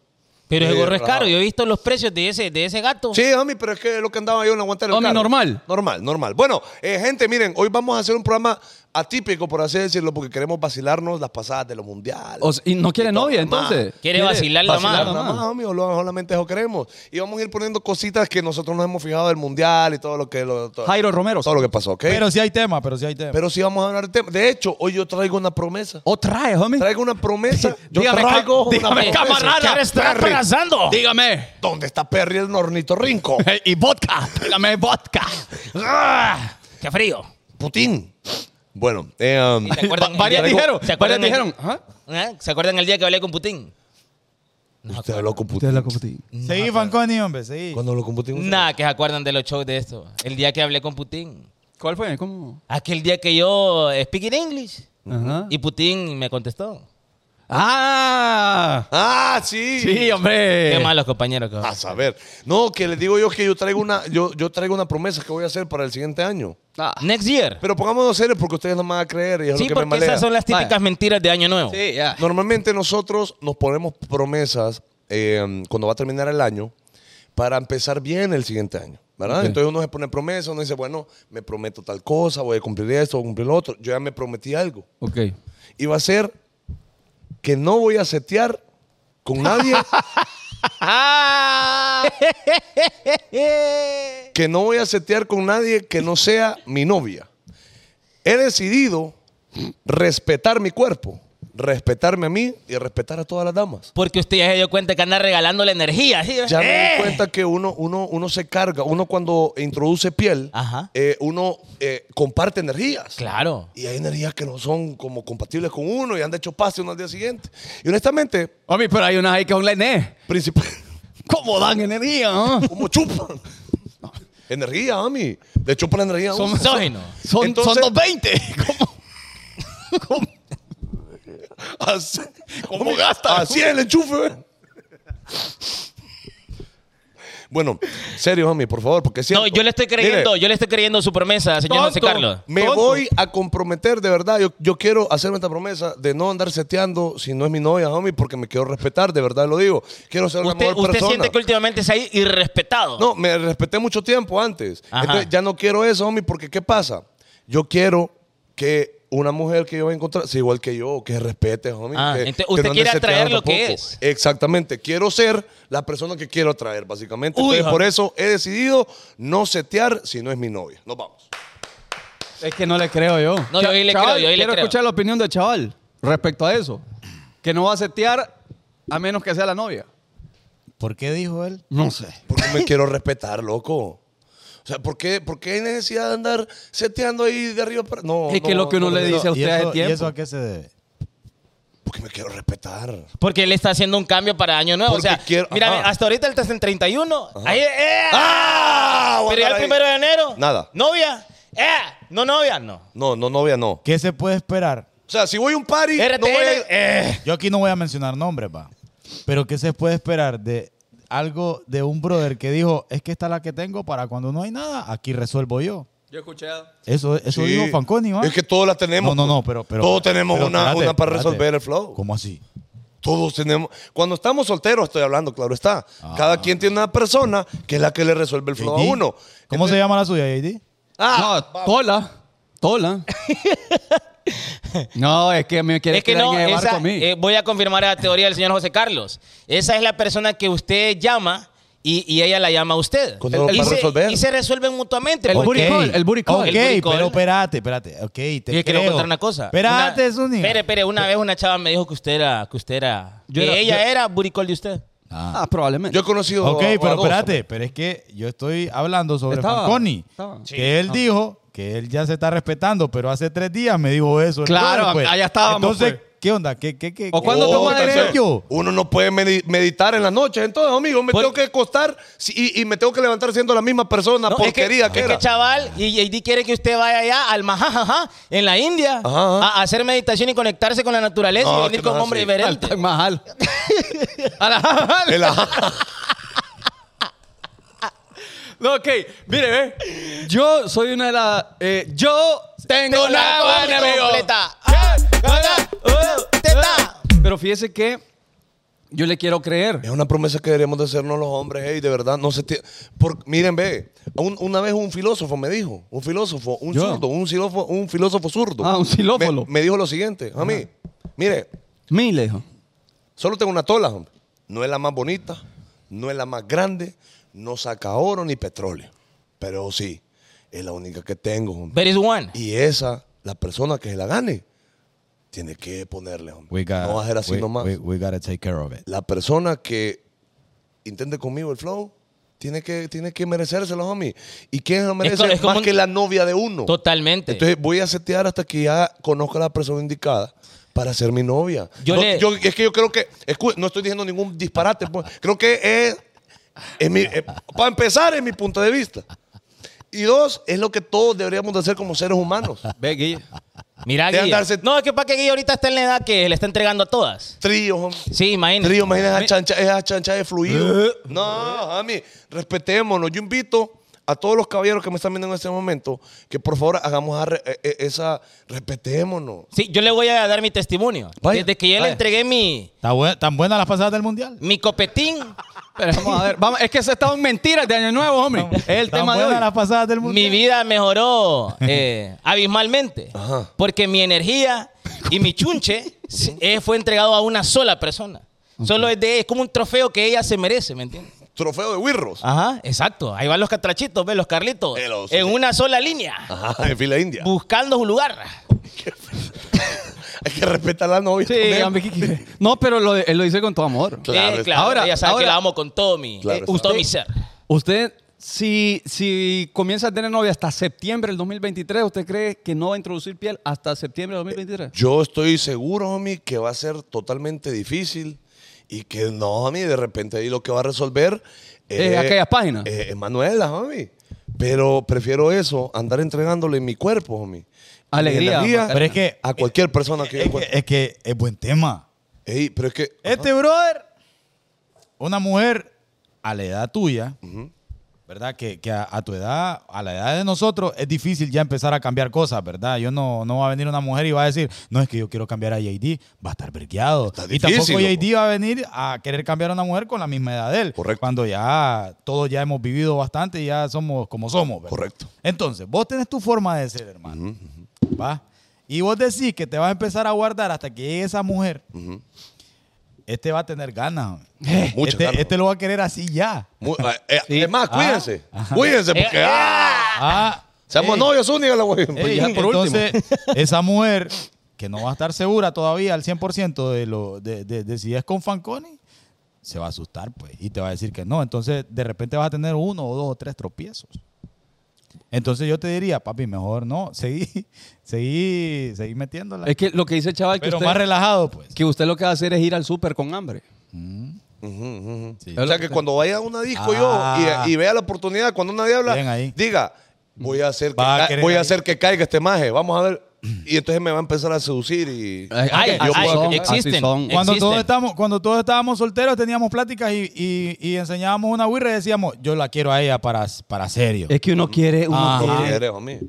[SPEAKER 2] pero ese
[SPEAKER 3] Sí,
[SPEAKER 2] gorro es
[SPEAKER 3] relajado.
[SPEAKER 2] caro. Yo he visto los precios de ese, de ese gato.
[SPEAKER 3] Sí, homie, pero es que lo que andaba yo en aguantar el
[SPEAKER 1] Homie,
[SPEAKER 3] carro.
[SPEAKER 1] normal.
[SPEAKER 3] Normal, normal. Bueno, eh, gente, miren, hoy vamos a hacer un programa atípico, por así decirlo, porque queremos vacilarnos las pasadas de los mundiales.
[SPEAKER 1] O sea, ¿Y no quiere
[SPEAKER 3] Y todo
[SPEAKER 1] novia
[SPEAKER 3] lo demás.
[SPEAKER 1] entonces?
[SPEAKER 2] Quiere vacilar la
[SPEAKER 1] vacilar
[SPEAKER 2] mano.
[SPEAKER 1] la
[SPEAKER 3] Nada más, homie, o lo- solamente eso queremos. Y vamos a ir poniendo cositas que nosotros nos hemos fijado del mundial y todo lo que... Lo, to-
[SPEAKER 1] Jairo Romero.
[SPEAKER 3] Todo lo que pasó, ¿ok? Pero,
[SPEAKER 5] Pero sí hay tema, pero sí hay tema.
[SPEAKER 3] sí vamos a hablar de tema. De hecho, hoy yo traigo una promesa.
[SPEAKER 1] O trae, homie.
[SPEAKER 3] Traigo una promesa. Yo
[SPEAKER 1] Dígame,
[SPEAKER 3] traigo
[SPEAKER 1] ca- dígame,
[SPEAKER 3] una promesa.
[SPEAKER 1] camarada.
[SPEAKER 2] ¿Qué estará
[SPEAKER 3] Perry.
[SPEAKER 2] abrazando?
[SPEAKER 1] Dígame.
[SPEAKER 3] ¿Dónde está Perry el ornitorrinco?
[SPEAKER 1] Y vodka. Dígame vodka.
[SPEAKER 3] ¡Ah!
[SPEAKER 2] ¡Qué frío!
[SPEAKER 3] Putin. Bueno, eh, um,
[SPEAKER 2] ¿Se acuerdan el
[SPEAKER 1] Varias
[SPEAKER 2] día-
[SPEAKER 1] dijeron.
[SPEAKER 2] ¿Se acuerdan
[SPEAKER 1] Varias
[SPEAKER 2] el-
[SPEAKER 1] dijeron. ¿Ah?
[SPEAKER 2] ¿Eh? ¿Se acuerdan el día que hablé con Putin?
[SPEAKER 3] usted habló con Putin.
[SPEAKER 1] Ustedes la compartí.
[SPEAKER 5] Seguí, Fanconi, hombre, seguí.
[SPEAKER 3] ¿Cuándo habló con Putin?
[SPEAKER 2] Nada, que se acuerdan de los shows de esto. El día que hablé con Putin.
[SPEAKER 1] ¿Cuál fue? ¿Cómo?
[SPEAKER 2] Aquel día que yo eh, speak in English.
[SPEAKER 1] Ajá.
[SPEAKER 2] Y Putin me contestó.
[SPEAKER 1] ¡Ah!
[SPEAKER 3] Ah, sí.
[SPEAKER 1] Sí, hombre.
[SPEAKER 3] Eh.
[SPEAKER 2] Qué malos compañeros que
[SPEAKER 3] A saber. No, que les digo yo que yo traigo una, yo, yo traigo una promesa que voy a hacer para el siguiente año.
[SPEAKER 1] Ah.
[SPEAKER 2] Next year.
[SPEAKER 3] Pero pongámonos serios porque ustedes no me van a creer y es lo
[SPEAKER 2] Sí,
[SPEAKER 3] que me
[SPEAKER 2] porque
[SPEAKER 3] malea.
[SPEAKER 2] esas son las típicas
[SPEAKER 1] Vaya.
[SPEAKER 2] mentiras de Año Nuevo.
[SPEAKER 1] Sí, ya.
[SPEAKER 3] Normalmente nosotros nos ponemos promesas eh, cuando va a terminar el año para empezar bien el siguiente año, ¿verdad? Entonces uno se pone promesas, uno dice, bueno, me prometo tal cosa, voy a cumplir esto, voy a cumplir lo otro. Yo ya me prometí algo.
[SPEAKER 1] Ok.
[SPEAKER 3] Y va a ser que no voy a setear con nadie, que no voy a setear con nadie que no sea mi novia. He decidido respetar mi cuerpo, respetarme a mí y respetar a todas las damas.
[SPEAKER 2] Porque usted ya se dio cuenta que anda regalando la energía. ¿sí?
[SPEAKER 3] Ya me
[SPEAKER 2] ¡Eh!
[SPEAKER 3] di cuenta que uno, uno, uno se carga, uno cuando introduce piel,
[SPEAKER 2] Ajá.
[SPEAKER 3] eh, uno eh, comparte energías.
[SPEAKER 2] Claro.
[SPEAKER 3] Y hay energías que no son como compatibles con uno y han hecho pase uno al día siguiente. Y honestamente,
[SPEAKER 1] Homie, pero hay unas ahí que son la Ené.
[SPEAKER 3] principal,
[SPEAKER 1] ¿Cómo dan energía? ah?
[SPEAKER 3] como chupan. energía, mami. De chupan la energía. a uno.
[SPEAKER 2] Misógino.
[SPEAKER 1] Son,
[SPEAKER 3] Entonces-
[SPEAKER 1] son 220. ¿Cómo?
[SPEAKER 3] Así, ¿Cómo gasta? Así es el enchufe. ve. bueno, serio, mami, por favor, porque si
[SPEAKER 2] No, yo le estoy creyendo, yo le estoy creyendo su promesa, señor José
[SPEAKER 1] Tonto.
[SPEAKER 2] Carlos.
[SPEAKER 3] Me
[SPEAKER 1] Tonto.
[SPEAKER 3] voy a comprometer de verdad. Yo, yo quiero hacerme esta promesa de no andar seteando si no es mi novia, homie, porque me quiero respetar, de verdad lo digo. Quiero ser una
[SPEAKER 2] Usted,
[SPEAKER 3] mejor
[SPEAKER 2] usted
[SPEAKER 3] persona.
[SPEAKER 2] siente que últimamente se ha irrespetado.
[SPEAKER 3] No, me respeté mucho tiempo antes.
[SPEAKER 2] Ajá.
[SPEAKER 3] Entonces, ya no quiero eso, homie, porque ¿qué pasa? Yo quiero que una mujer que yo voy a encontrar sea igual que yo, que respete, homie.
[SPEAKER 2] Ah,
[SPEAKER 3] que-
[SPEAKER 2] entonces,
[SPEAKER 3] que
[SPEAKER 2] usted
[SPEAKER 3] ande
[SPEAKER 2] quiere
[SPEAKER 3] seteando
[SPEAKER 2] atraer lo que
[SPEAKER 3] tampoco.
[SPEAKER 2] es.
[SPEAKER 3] Exactamente. Quiero ser la persona que quiero atraer, básicamente.
[SPEAKER 2] Uy,
[SPEAKER 3] Entonces,
[SPEAKER 2] homie.
[SPEAKER 3] por eso he decidido no setear si no es mi novia. Nos vamos.
[SPEAKER 1] Es que no le creo yo.
[SPEAKER 2] No, yo ahí le
[SPEAKER 1] Chaval,
[SPEAKER 2] creo, yo ahí le
[SPEAKER 1] quiero
[SPEAKER 2] creo.
[SPEAKER 1] escuchar la opinión del chaval respecto a eso. Que no va a setear a menos que sea la novia.
[SPEAKER 5] ¿Por qué dijo él?
[SPEAKER 1] No sé.
[SPEAKER 3] Porque me quiero respetar, loco. O sea, ¿por qué, por qué hay necesidad de andar seteando ahí de arriba para... No,
[SPEAKER 1] Es que lo que uno le dice a
[SPEAKER 5] ¿Y
[SPEAKER 1] usted hace
[SPEAKER 5] eso, ¿Y
[SPEAKER 1] tiempo.
[SPEAKER 5] eso a qué se debe?
[SPEAKER 3] Porque me quiero respetar.
[SPEAKER 2] Porque él está haciendo un cambio para año nuevo.
[SPEAKER 3] Porque
[SPEAKER 2] o sea,
[SPEAKER 3] quiero-
[SPEAKER 2] mira,
[SPEAKER 3] ajá.
[SPEAKER 2] hasta ahorita él está en 31. Ahí, eh,
[SPEAKER 3] ¡Ah! Voy a
[SPEAKER 2] Pero ya el
[SPEAKER 3] andar ahí.
[SPEAKER 2] primero de enero.
[SPEAKER 3] Nada.
[SPEAKER 2] ¿Novia? Eh, no novia, no.
[SPEAKER 3] No, no, novia, no.
[SPEAKER 5] ¿Qué se puede esperar?
[SPEAKER 3] O sea, si voy a un party,
[SPEAKER 2] RTL,
[SPEAKER 3] no voy a-
[SPEAKER 2] eh.
[SPEAKER 5] Yo aquí no voy a mencionar nombres, va. Pero ¿qué se puede esperar de algo de un brother que dijo, es que esta es la que tengo para cuando no hay nada, aquí resuelvo yo?
[SPEAKER 1] Yo escuché.
[SPEAKER 5] Eso, eso
[SPEAKER 3] Sí.
[SPEAKER 5] dijo Fanconi, ¿va?
[SPEAKER 3] Es que todos las tenemos.
[SPEAKER 5] No, no, no, pero... pero
[SPEAKER 3] todos tenemos
[SPEAKER 5] pero
[SPEAKER 3] una,
[SPEAKER 5] espérate,
[SPEAKER 3] una para
[SPEAKER 5] espérate.
[SPEAKER 3] resolver el flow.
[SPEAKER 5] ¿Cómo así?
[SPEAKER 3] Todos tenemos. Cuando estamos solteros, estoy hablando, claro está.
[SPEAKER 5] Ah.
[SPEAKER 3] Cada quien tiene una persona que es la que le resuelve el flow a
[SPEAKER 5] JD?
[SPEAKER 3] uno. Este
[SPEAKER 5] ¿Cómo se llama la suya, JD?
[SPEAKER 1] no, Tola. Tola. no, es que me quiere
[SPEAKER 2] Es que
[SPEAKER 1] tirar
[SPEAKER 2] no,
[SPEAKER 1] en el
[SPEAKER 2] esa-
[SPEAKER 1] barco a mí.
[SPEAKER 2] eh, voy a confirmar la teoría del señor José Carlos. Esa es la persona que usted llama y, y ella la llama a usted.
[SPEAKER 3] Con todo
[SPEAKER 2] y,
[SPEAKER 3] para
[SPEAKER 2] se,
[SPEAKER 3] resolver.
[SPEAKER 2] y se resuelven mutuamente.
[SPEAKER 1] El
[SPEAKER 2] porque-
[SPEAKER 1] booty call, el booty call.
[SPEAKER 5] Ok,
[SPEAKER 2] El booty call.
[SPEAKER 5] pero espérate, espérate. Ok, te
[SPEAKER 2] Yo quiero
[SPEAKER 5] creo.
[SPEAKER 2] contar una cosa.
[SPEAKER 5] Espérate,
[SPEAKER 2] Una-
[SPEAKER 5] Zúñiga.
[SPEAKER 2] Espere, espere. Una vez una chava me dijo que usted era... Que, usted era,
[SPEAKER 1] Yo
[SPEAKER 2] que
[SPEAKER 1] era-
[SPEAKER 2] ella
[SPEAKER 1] yo-
[SPEAKER 2] era buricol de usted.
[SPEAKER 1] Ah, probablemente.
[SPEAKER 3] Yo he conocido.
[SPEAKER 5] Ok,
[SPEAKER 3] a- a
[SPEAKER 5] pero
[SPEAKER 3] dos.
[SPEAKER 5] espérate, pero es que yo estoy hablando sobre
[SPEAKER 1] Estaba,
[SPEAKER 5] Fanconi.
[SPEAKER 1] estaba. Sí.
[SPEAKER 5] Que él dijo que él ya se está respetando, pero hace tres días me dijo eso. el
[SPEAKER 1] Claro,
[SPEAKER 5] brother, pues.
[SPEAKER 1] allá estábamos,
[SPEAKER 5] Entonces,
[SPEAKER 1] pues.
[SPEAKER 5] ¿qué onda? ¿Qué, qué, qué?
[SPEAKER 1] ¿O cuándo
[SPEAKER 5] qué-
[SPEAKER 1] tomó la
[SPEAKER 5] qué
[SPEAKER 1] decisión?
[SPEAKER 5] yo?
[SPEAKER 3] Uno no puede medi- meditar en las noches, entonces, amigo, me
[SPEAKER 5] Pues
[SPEAKER 3] tengo
[SPEAKER 2] Por-
[SPEAKER 3] que acostar sí, y, y me tengo que levantar siendo la misma persona,
[SPEAKER 2] No,
[SPEAKER 3] porquería
[SPEAKER 2] es que,
[SPEAKER 3] que,
[SPEAKER 2] es que,
[SPEAKER 3] era.
[SPEAKER 2] chaval, y JD quiere que usted vaya allá al Majajaja en la India
[SPEAKER 3] Ajá, ajá.
[SPEAKER 2] A, a hacer meditación y conectarse con la naturaleza
[SPEAKER 3] No,
[SPEAKER 2] y venir
[SPEAKER 3] que no
[SPEAKER 2] como
[SPEAKER 3] es
[SPEAKER 2] hombre
[SPEAKER 3] así.
[SPEAKER 1] Al
[SPEAKER 2] diferente.
[SPEAKER 1] Taj Mahal. A la Mahal.
[SPEAKER 3] El ajá.
[SPEAKER 1] No, ok, mire, ve. Yo soy una de las. eh, yo tengo
[SPEAKER 2] Con
[SPEAKER 1] una
[SPEAKER 2] agua
[SPEAKER 1] buena amigo.
[SPEAKER 2] completa.
[SPEAKER 3] Ah,
[SPEAKER 1] Eh, Pero fíjese que yo le quiero creer.
[SPEAKER 3] Es una promesa que deberíamos de hacernos los hombres, hey, de verdad, no se tie- por- miren, ve, un- una vez un filósofo me dijo, un filósofo, un
[SPEAKER 1] Yo.
[SPEAKER 3] zurdo, un filósofo, un filósofo zurdo.
[SPEAKER 1] Ah, un xilófono.
[SPEAKER 3] Me, me dijo lo siguiente, a mí, mire,
[SPEAKER 1] Mil, hijo.
[SPEAKER 3] solo tengo una tola, hombre. No es la más bonita, no es la más grande, no saca oro ni petróleo. Pero sí, es la única que tengo, hombre.
[SPEAKER 2] But it's one.
[SPEAKER 3] Y esa, la persona que se la gane, tiene que ponerle, hombre.
[SPEAKER 5] We gotta-
[SPEAKER 3] no va a ser así
[SPEAKER 5] we-
[SPEAKER 3] nomás
[SPEAKER 5] We, we gotta take care of it.
[SPEAKER 3] la persona que intente conmigo el flow tiene que, tiene que merecérselo, homie. ¿Y quién lo merece
[SPEAKER 2] co- es como
[SPEAKER 3] más
[SPEAKER 2] un-
[SPEAKER 3] que la novia de uno?
[SPEAKER 2] Totalmente.
[SPEAKER 3] Entonces voy a setear hasta que ya conozca a la persona indicada para ser mi novia.
[SPEAKER 2] Yo
[SPEAKER 3] No,
[SPEAKER 2] le-
[SPEAKER 3] es que yo creo que, escu- no estoy diciendo ningún disparate, pues. creo que es, es mi- eh, para empezar, es mi punto de vista. Y dos, es lo que todos deberíamos de hacer como seres humanos.
[SPEAKER 1] Ve, Guille.
[SPEAKER 2] Mira,
[SPEAKER 3] de
[SPEAKER 2] Guille.
[SPEAKER 3] andarse-
[SPEAKER 2] No, es que para que Guille ahorita está en la edad que le está entregando a todas.
[SPEAKER 3] Trío, homie.
[SPEAKER 2] Sí, imagínate.
[SPEAKER 3] Trío, imagina esa chancha, esa chancha de
[SPEAKER 1] Eh.
[SPEAKER 3] fluido. No, Jami, respetémonos. Yo invito a todos los caballeros que me están viendo en este momento que por favor hagamos arre- e- e- esa. Respetémonos.
[SPEAKER 2] Sí, yo le voy a dar mi testimonio.
[SPEAKER 3] Vaya,
[SPEAKER 2] Desde que yo le
[SPEAKER 3] vaya.
[SPEAKER 2] entregué mi,
[SPEAKER 5] ¿Está buen- ¿Tan buenas las pasadas del mundial?
[SPEAKER 2] mi copetín,
[SPEAKER 3] Ah,
[SPEAKER 1] Pero vamos a ver. Vamos, es que se estaban mentiras de Año Nuevo, homie. Es el
[SPEAKER 5] ¿Tan
[SPEAKER 1] tema de
[SPEAKER 5] buenas
[SPEAKER 1] hoy.
[SPEAKER 5] las pasadas del mundial?
[SPEAKER 2] mi vida mejoró eh, abismalmente.
[SPEAKER 3] Ajá.
[SPEAKER 2] Porque mi energía y mi chunche se- eh, fue entregado a una sola persona. Solo es de es como un trofeo que ella se merece, ¿me entiendes?
[SPEAKER 3] Trofeo de Wirros.
[SPEAKER 1] Ah.
[SPEAKER 2] Ajá, exacto. Ahí van los catrachitos, ¿ves? Los carlitos.
[SPEAKER 3] Eh, los- Ah,
[SPEAKER 2] en una sola línea.
[SPEAKER 3] Ajá, en fila india.
[SPEAKER 2] Buscando su lugar.
[SPEAKER 3] Hay que respetar a la novia.
[SPEAKER 1] Sí,
[SPEAKER 3] también.
[SPEAKER 1] hombre, ¿qué quiere? No, pero lo, él lo dice con todo amor.
[SPEAKER 3] Claro,
[SPEAKER 2] Eh, claro.
[SPEAKER 1] ahora-
[SPEAKER 2] ella sabe
[SPEAKER 1] ahora-
[SPEAKER 2] que la amo con todo mi,
[SPEAKER 3] Claro,
[SPEAKER 2] eh, con todo
[SPEAKER 1] usted-
[SPEAKER 2] mi ser.
[SPEAKER 1] Usted, si, si comienza a tener novia hasta septiembre del 2023, ¿usted cree que no va a introducir piel hasta septiembre del 2023?
[SPEAKER 3] Yo estoy seguro, homie, que va a ser totalmente difícil y que no, homie, de repente ahí lo que va a resolver
[SPEAKER 1] Es aquellas páginas.
[SPEAKER 3] Eh, es Manuela, homie. Pero prefiero eso, andar entregándole mi cuerpo, homie. Mi
[SPEAKER 1] Alegría.
[SPEAKER 3] energía
[SPEAKER 5] Pero es que-
[SPEAKER 3] a cualquier persona que yo
[SPEAKER 5] Es que,
[SPEAKER 3] encuentre.
[SPEAKER 5] es que es buen tema.
[SPEAKER 3] Ey, pero es que.
[SPEAKER 5] Este brother, una mujer a la edad tuya, ¿verdad? Que, que a, a tu edad, a la edad de nosotros, es difícil ya empezar a cambiar cosas, ¿verdad? Yo no, no va a venir una mujer y va a decir, no, es que yo quiero cambiar a JD, va a estar vergueado.
[SPEAKER 3] Está
[SPEAKER 5] Y tampoco
[SPEAKER 3] difícil,
[SPEAKER 5] JD va a venir a querer cambiar a una mujer con la misma edad de él.
[SPEAKER 3] Correcto.
[SPEAKER 5] Cuando ya todos ya hemos vivido bastante y ya somos como somos, ¿verdad?
[SPEAKER 3] Correcto.
[SPEAKER 5] Entonces, vos tenés tu forma de ser, hermano. ¿Va? Y vos decís que te vas a empezar a guardar hasta que llegue esa mujer. Este va a tener ganas. hombre.
[SPEAKER 3] Muchas
[SPEAKER 5] este,
[SPEAKER 3] ganas.
[SPEAKER 5] este lo va a querer así ya.
[SPEAKER 3] ah, Mu- eh, eh, Es más, cuídense. Cuídense, porque.
[SPEAKER 2] Eh,
[SPEAKER 3] ah,
[SPEAKER 5] Ah,
[SPEAKER 3] Seamos
[SPEAKER 5] Ey.
[SPEAKER 3] novios, únicos, la güey.
[SPEAKER 5] Ey,
[SPEAKER 2] ya por
[SPEAKER 5] entonces, esa mujer que no va a estar segura todavía al 100% de, lo, de, de- de si es con Fanconi, se va a asustar, pues, y te va a decir que no. Entonces, de repente vas a tener uno o dos o tres tropiezos. Entonces, yo te diría, papi, mejor no, seguí, seguí, seguí metiéndola.
[SPEAKER 1] Es que lo que dice el chaval que
[SPEAKER 5] pero
[SPEAKER 1] usted,
[SPEAKER 5] más relajado, pues.
[SPEAKER 1] que usted lo que va a hacer es ir al súper con hambre.
[SPEAKER 5] Sí.
[SPEAKER 3] O sea, que cuando vaya a una disco
[SPEAKER 5] Ah.
[SPEAKER 3] yo y, y vea la oportunidad, cuando nadie
[SPEAKER 5] Bien
[SPEAKER 3] habla,
[SPEAKER 5] ahí.
[SPEAKER 3] diga, voy a hacer que,
[SPEAKER 5] Va a
[SPEAKER 3] ca-
[SPEAKER 5] querer
[SPEAKER 3] voy a
[SPEAKER 5] ahí.
[SPEAKER 3] hacer que caiga este maje, vamos a ver. Y entonces me va a empezar a seducir y...
[SPEAKER 2] eh, Ay,
[SPEAKER 3] yo
[SPEAKER 2] ay,
[SPEAKER 3] puedo-
[SPEAKER 1] así
[SPEAKER 2] existen.
[SPEAKER 1] son.
[SPEAKER 5] Cuando
[SPEAKER 2] existen.
[SPEAKER 5] todos, estábamos, cuando todos estábamos solteros, teníamos pláticas y, y- y enseñábamos una wirra y decíamos, yo la quiero a ella para, para serio.
[SPEAKER 1] Es que uno quiere, uno
[SPEAKER 5] Ajá.
[SPEAKER 1] quiere.
[SPEAKER 3] ¿Qué quieres, homie?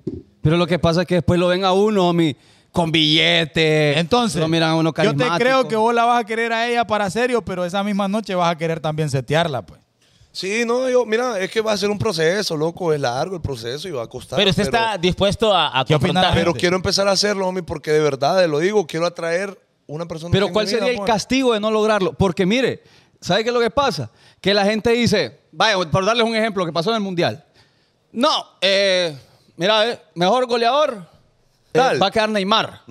[SPEAKER 1] Pero lo que pasa es que después lo ven a uno, mi, con billetes.
[SPEAKER 5] Entonces,
[SPEAKER 1] lo miran a uno
[SPEAKER 5] yo te
[SPEAKER 1] carismático.
[SPEAKER 5] creo que vos la vas a querer a ella para serio, pero esa misma noche vas a querer también setearla, pues.
[SPEAKER 3] Sí, no, yo, mira, es que va a ser un proceso, loco, es largo el proceso y va a costar.
[SPEAKER 2] Pero usted está dispuesto a, a
[SPEAKER 5] ¿Qué opina la
[SPEAKER 2] confrontar.
[SPEAKER 3] Pero
[SPEAKER 5] gente?
[SPEAKER 3] quiero empezar a hacerlo, homie, porque de verdad, te lo digo, quiero atraer una persona.
[SPEAKER 1] Pero
[SPEAKER 3] en
[SPEAKER 1] ¿cuál
[SPEAKER 3] mi vida,
[SPEAKER 1] sería el
[SPEAKER 3] pues.
[SPEAKER 1] castigo de no lograrlo? Porque mire, ¿sabe qué es lo que pasa? Que la gente dice, vaya, por darles un ejemplo que pasó en el Mundial. No, eh, mira, eh, mejor goleador eh,
[SPEAKER 3] Tal.
[SPEAKER 1] va a quedar Neymar.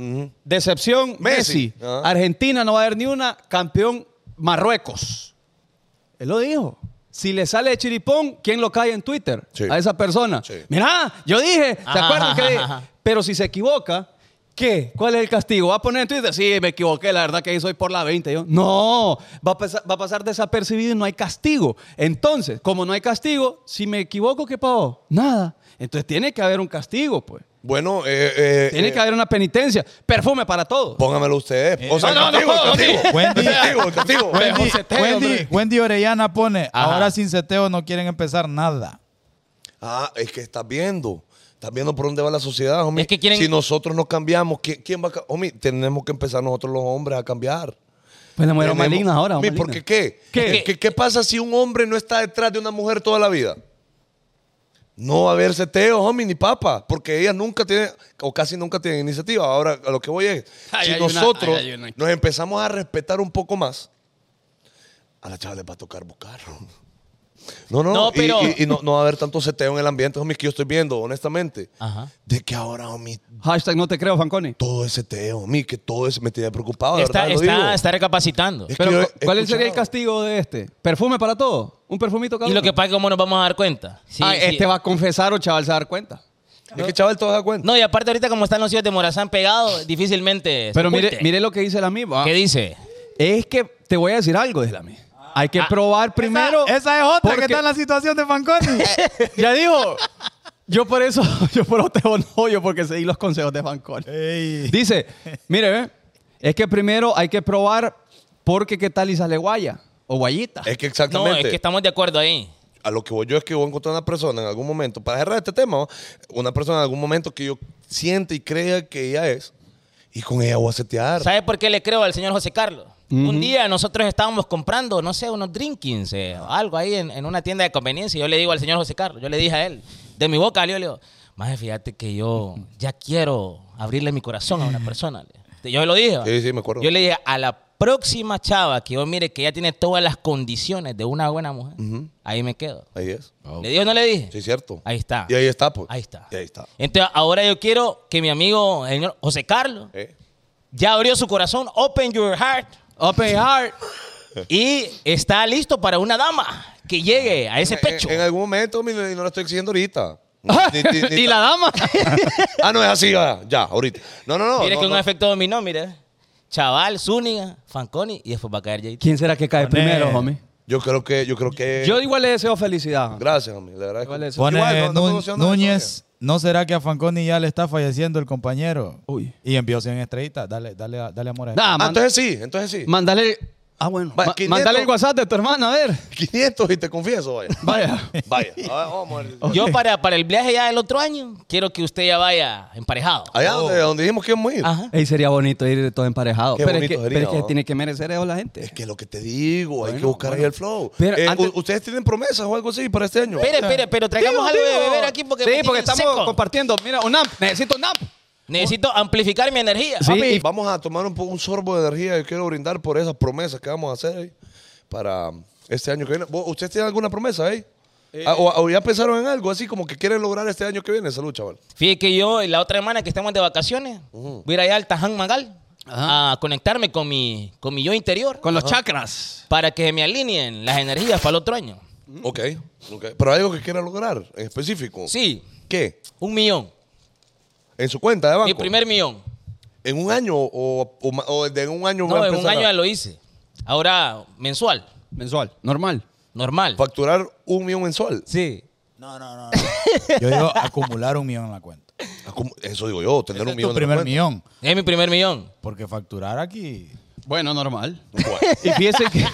[SPEAKER 1] Decepción, Messi.
[SPEAKER 3] Messi. Ah. Ajá.
[SPEAKER 1] Argentina no va a haber ni una. Campeón, Marruecos. Él lo dijo. Si le sale de chiripón, ¿quién lo cae en Twitter?
[SPEAKER 3] Sí.
[SPEAKER 1] A esa persona.
[SPEAKER 3] Sí.
[SPEAKER 1] Mira, yo dije, ¿te
[SPEAKER 2] Ajá,
[SPEAKER 1] acuerdas
[SPEAKER 2] ajá,
[SPEAKER 1] que dije?
[SPEAKER 2] ajá.
[SPEAKER 1] Pero si se equivoca, ¿qué? ¿Cuál es el castigo? ¿Va a poner en Twitter? Sí, me equivoqué, la verdad que ahí soy por la 20. Yo, no, va a, pasar, va a pasar desapercibido y no hay castigo. Entonces, como no hay castigo, si me equivoco, ¿qué pago? Nada. Entonces tiene que haber un castigo, pues.
[SPEAKER 3] Bueno, eh, eh,
[SPEAKER 1] Tiene
[SPEAKER 3] eh,
[SPEAKER 1] que haber una penitencia. Perfume para todos.
[SPEAKER 3] póngamelo ustedes. O sea,
[SPEAKER 1] No, no,
[SPEAKER 3] castigo,
[SPEAKER 1] no,
[SPEAKER 3] castigo,
[SPEAKER 5] no, Wendy.
[SPEAKER 3] castigo, castigo.
[SPEAKER 5] Wendy,
[SPEAKER 1] seteo,
[SPEAKER 5] Wendy-
[SPEAKER 1] hombre.
[SPEAKER 5] Wendy Orellana pone,
[SPEAKER 2] Ajá.
[SPEAKER 5] ahora sin seteo no quieren empezar nada.
[SPEAKER 3] Ah, es que estás viendo. Estás viendo por dónde va la sociedad, homie.
[SPEAKER 2] Es que quieren-
[SPEAKER 3] Si nosotros nos cambiamos, ¿quién, quién va a... ca- Homie, tenemos que empezar nosotros los hombres a cambiar.
[SPEAKER 1] Pues la mujer
[SPEAKER 3] Tenemos-
[SPEAKER 1] maligna ahora.
[SPEAKER 3] Homie,
[SPEAKER 1] maligna.
[SPEAKER 3] porque qué?
[SPEAKER 2] ¿Qué?
[SPEAKER 3] ¿Qué? ¿Qué? qué pasa si un hombre no está detrás de una mujer toda la vida? No va a haber seteo, homie, ni papa, porque ellas nunca tienen, o casi nunca tienen iniciativa. Ahora, a lo que voy es,
[SPEAKER 2] Ay,
[SPEAKER 3] si
[SPEAKER 2] hay una-
[SPEAKER 3] nosotros
[SPEAKER 2] ay, hay una.
[SPEAKER 3] nos empezamos a respetar un poco más, a la chava les va a tocar buscarlo. No, no,
[SPEAKER 2] No,
[SPEAKER 3] y-
[SPEAKER 2] pero-
[SPEAKER 3] y, y no, no va a haber tanto seteo en el ambiente, homie, que yo estoy viendo, honestamente.
[SPEAKER 2] Ajá.
[SPEAKER 3] De que ahora, homie,
[SPEAKER 1] Hashtag no te creo, Fanconi.
[SPEAKER 3] todo es seteo, homie, que todo es, me tenía preocupado, de
[SPEAKER 2] Está,
[SPEAKER 3] verdad, lo digo.
[SPEAKER 2] está, está recapacitando.
[SPEAKER 3] Es que
[SPEAKER 1] Pero,
[SPEAKER 3] yo he
[SPEAKER 1] ¿cu- ¿cuál sería el
[SPEAKER 3] escuchado.
[SPEAKER 1] castigo de este? ¿Perfume para todo? ¿Un perfumito cada
[SPEAKER 2] Y lo que
[SPEAKER 1] uno?
[SPEAKER 2] pasa es que cómo nos vamos a dar cuenta. Sí,
[SPEAKER 1] Ah,
[SPEAKER 2] sí.
[SPEAKER 1] este va a confesar o chaval se va a dar cuenta.
[SPEAKER 3] Es que chaval, todo da cuenta.
[SPEAKER 2] No, y aparte ahorita como están los hijos de Morazán pegados, difícilmente... se
[SPEAKER 1] Pero mire,
[SPEAKER 2] oculte.
[SPEAKER 1] mire lo que dice ¿ah? la misma.
[SPEAKER 2] ¿Qué dice?
[SPEAKER 1] Es que te voy a decir algo de la misma. Hay que probar primero.
[SPEAKER 5] Ah, Esa es otra
[SPEAKER 1] porque-
[SPEAKER 5] que está en la situación de Fanconi.
[SPEAKER 1] Ya digo, yo por eso, yo por eso tengo novio, porque seguí los consejos de Fanconi.
[SPEAKER 5] Ey.
[SPEAKER 1] Dice, mire, ve, es que primero hay que probar porque qué tal y sale guaya o guayita.
[SPEAKER 3] Es que
[SPEAKER 2] No,
[SPEAKER 3] exactamente.
[SPEAKER 2] es que estamos de acuerdo ahí.
[SPEAKER 3] A lo que voy yo es que voy a encontrar una persona en algún momento, para cerrar este tema, ¿no? una persona en algún momento que yo siente y crea que ella es, y con ella voy a setear.
[SPEAKER 2] ¿Sabe por qué le creo al señor José Carlos? Un día nosotros estábamos comprando, no sé, unos drinkings eh, o algo ahí en, en una tienda de conveniencia. Y yo le digo al señor José Carlos, yo le dije a él, de mi boca, le digo, más fíjate que yo ya quiero abrirle mi corazón a una persona. le digo. Yo lo dije. ¿va?
[SPEAKER 3] Sí, sí, me acuerdo.
[SPEAKER 2] Yo le dije, a la próxima chava que yo mire que ya tiene todas las condiciones de una buena mujer, ahí me quedo.
[SPEAKER 3] Ahí es.
[SPEAKER 2] ¿Le dije o no le dije?
[SPEAKER 3] Ah, Sí, cierto.
[SPEAKER 2] Ahí está.
[SPEAKER 3] Y ahí está, pues.
[SPEAKER 2] Ahí está.
[SPEAKER 3] Y ahí está.
[SPEAKER 2] Entonces, ahora yo quiero que mi amigo, el señor José Carlos,
[SPEAKER 3] ¿Eh?
[SPEAKER 2] ya abrió su corazón, open your heart,
[SPEAKER 1] Open heart.
[SPEAKER 2] y está listo para una dama que llegue a ese
[SPEAKER 3] En-
[SPEAKER 2] pecho.
[SPEAKER 3] En, en algún momento, mi- no lo estoy exigiendo ahorita. Ni- ni- ni-
[SPEAKER 1] y la dama.
[SPEAKER 3] Ah, no, es así, ya, ya, ahorita. No, no, no.
[SPEAKER 2] Mire
[SPEAKER 3] no,
[SPEAKER 2] que
[SPEAKER 3] no.
[SPEAKER 2] un efecto dominó, mire. Chaval, Zúñiga, Fanconi, y después va a caer Jay.
[SPEAKER 1] ¿Quién será que cae
[SPEAKER 5] Poné.
[SPEAKER 1] primero, homie?
[SPEAKER 3] Yo creo que, yo creo que.
[SPEAKER 1] Yo igual le deseo felicidad.
[SPEAKER 3] Gracias, homie. La verdad es que-
[SPEAKER 1] Igual es-
[SPEAKER 5] Pone
[SPEAKER 3] Igual, no- no
[SPEAKER 5] Nú-
[SPEAKER 3] funciona
[SPEAKER 5] Núñez, ¿no será que a Fanconi ya le está falleciendo el compañero?
[SPEAKER 1] Uy.
[SPEAKER 5] Y envió 100 estrellitas. Dale, dale, dale amor a él.
[SPEAKER 1] Nah,
[SPEAKER 3] Ah,
[SPEAKER 1] man-
[SPEAKER 3] entonces sí, entonces sí.
[SPEAKER 1] Mándale. Ah, bueno.
[SPEAKER 3] Va,
[SPEAKER 1] Ma-
[SPEAKER 3] 500.
[SPEAKER 1] mándale el WhatsApp de tu hermana, a ver.
[SPEAKER 3] 500 y te confieso, vaya.
[SPEAKER 1] Vaya.
[SPEAKER 3] Vaya. A ver, vamos a ver.
[SPEAKER 2] Yo para, para el viaje ya del otro año, quiero que usted ya vaya emparejado.
[SPEAKER 3] Allá donde, donde dijimos que íbamos a ir.
[SPEAKER 2] Ajá.
[SPEAKER 1] Ahí sería bonito ir todo emparejado.
[SPEAKER 3] Qué
[SPEAKER 1] pero
[SPEAKER 3] bonito
[SPEAKER 1] es que,
[SPEAKER 3] sería,
[SPEAKER 1] pero es que
[SPEAKER 3] ¿no?
[SPEAKER 1] tiene que merecer eso la gente.
[SPEAKER 3] Es que lo que te digo, hay que buscar ahí el flow.
[SPEAKER 1] Pero
[SPEAKER 3] Eh,
[SPEAKER 1] antes-
[SPEAKER 3] u- ¿Ustedes tienen promesas o algo así para este año?
[SPEAKER 2] Espere, espere, pero traigamos
[SPEAKER 1] Digo,
[SPEAKER 2] algo de
[SPEAKER 1] digo.
[SPEAKER 2] beber aquí porque. me
[SPEAKER 1] Sí, porque
[SPEAKER 2] tienen
[SPEAKER 1] estamos
[SPEAKER 2] seco.
[SPEAKER 1] compartiendo. Mira, un amp. Necesito un amp.
[SPEAKER 2] Necesito amplificar mi energía.
[SPEAKER 1] Sí.
[SPEAKER 3] Papi,
[SPEAKER 1] y-
[SPEAKER 3] vamos a tomar un, po- un sorbo de energía. Yo quiero brindar por esas promesas que vamos a hacer ahí para este año que viene. ¿Vos- ¿Ustedes tienen alguna promesa ahí? Ah, o, o ya pensaron en algo así como que quieren lograr este año que viene? Salud, chaval.
[SPEAKER 2] Fíjate que yo y la otra semana que estamos de vacaciones, voy a ir allá al Taján Magal a conectarme con mi, con mi yo interior
[SPEAKER 1] Con los chakras.
[SPEAKER 2] para que se me alineen las energías para el otro año.
[SPEAKER 3] Ok, ok. Pero algo que quieran lograr en específico.
[SPEAKER 2] Sí,
[SPEAKER 3] ¿Qué?
[SPEAKER 2] un millón.
[SPEAKER 3] ¿En su cuenta de banco?
[SPEAKER 2] Mi primer millón.
[SPEAKER 3] ¿En un año o, o ma- o de un año van
[SPEAKER 2] No,
[SPEAKER 3] a
[SPEAKER 2] en un
[SPEAKER 3] empezar
[SPEAKER 2] año
[SPEAKER 3] a
[SPEAKER 2] ya lo hice. Ahora, mensual,
[SPEAKER 1] Mensual. Normal.
[SPEAKER 2] normal.
[SPEAKER 3] facturar un millón mensual?
[SPEAKER 2] Sí.
[SPEAKER 5] No, no, no. no. Yo digo acumular un millón en la cuenta.
[SPEAKER 3] Ah, ¿cómo? Eso digo yo, tener
[SPEAKER 5] Ese
[SPEAKER 3] un
[SPEAKER 5] es
[SPEAKER 3] millón
[SPEAKER 5] tu
[SPEAKER 3] en la
[SPEAKER 5] primer
[SPEAKER 3] cuenta.
[SPEAKER 5] millón.
[SPEAKER 2] Es mi primer millón.
[SPEAKER 5] Porque facturar aquí.
[SPEAKER 1] Bueno, normal.
[SPEAKER 3] Bueno.
[SPEAKER 1] Y fíjense que,